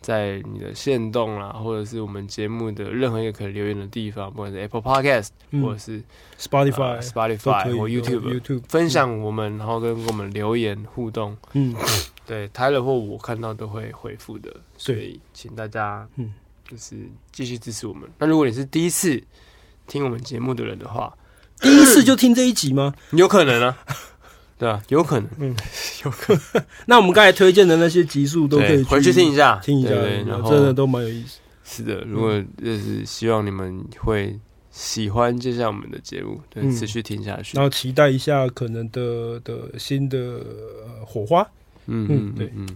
S2: 在你的线动啦，或者是我们节目的任何一个可以留言的地方，不管是 Apple Podcast、
S1: 嗯
S2: 或者是呃
S1: Spotify 都可
S2: Spotify
S1: 以
S2: 或 YouTube，
S1: YouTube
S2: 分享我们，然后跟我们留言互动。
S1: 嗯，
S2: 对 Tyler 或我看到都会回复的，所以请大家
S1: 嗯
S2: 就是继续支持我们。那如果你是第一次听我们节目的人的话，
S1: 第一次就听这一集吗？
S2: 有可能啊， 对啊，有可能，
S1: 嗯，
S2: 有可能，
S1: 那我们刚才推荐的那些集数都可以
S2: 对，回去听一下，
S1: 听一下，
S2: 对对然后
S1: 真的都蛮有意思。
S2: 是
S1: 嗯
S2: 的，如果就是希望你们会喜欢接下来我们的节目，对，
S1: 嗯
S2: 持续听下去
S1: 然。后期待一下可能的的新的呃火花，
S2: 嗯
S1: 嗯
S2: 嗯，
S1: 对
S2: 对，嗯，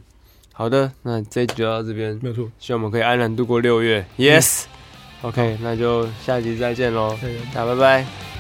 S2: 好的，那这一集就到这边，
S1: 没有错。
S2: 希望我们可以安然度过六月。Yes，OK，那就下集再见喽，
S1: 对
S2: 大家拜拜。
S1: 拜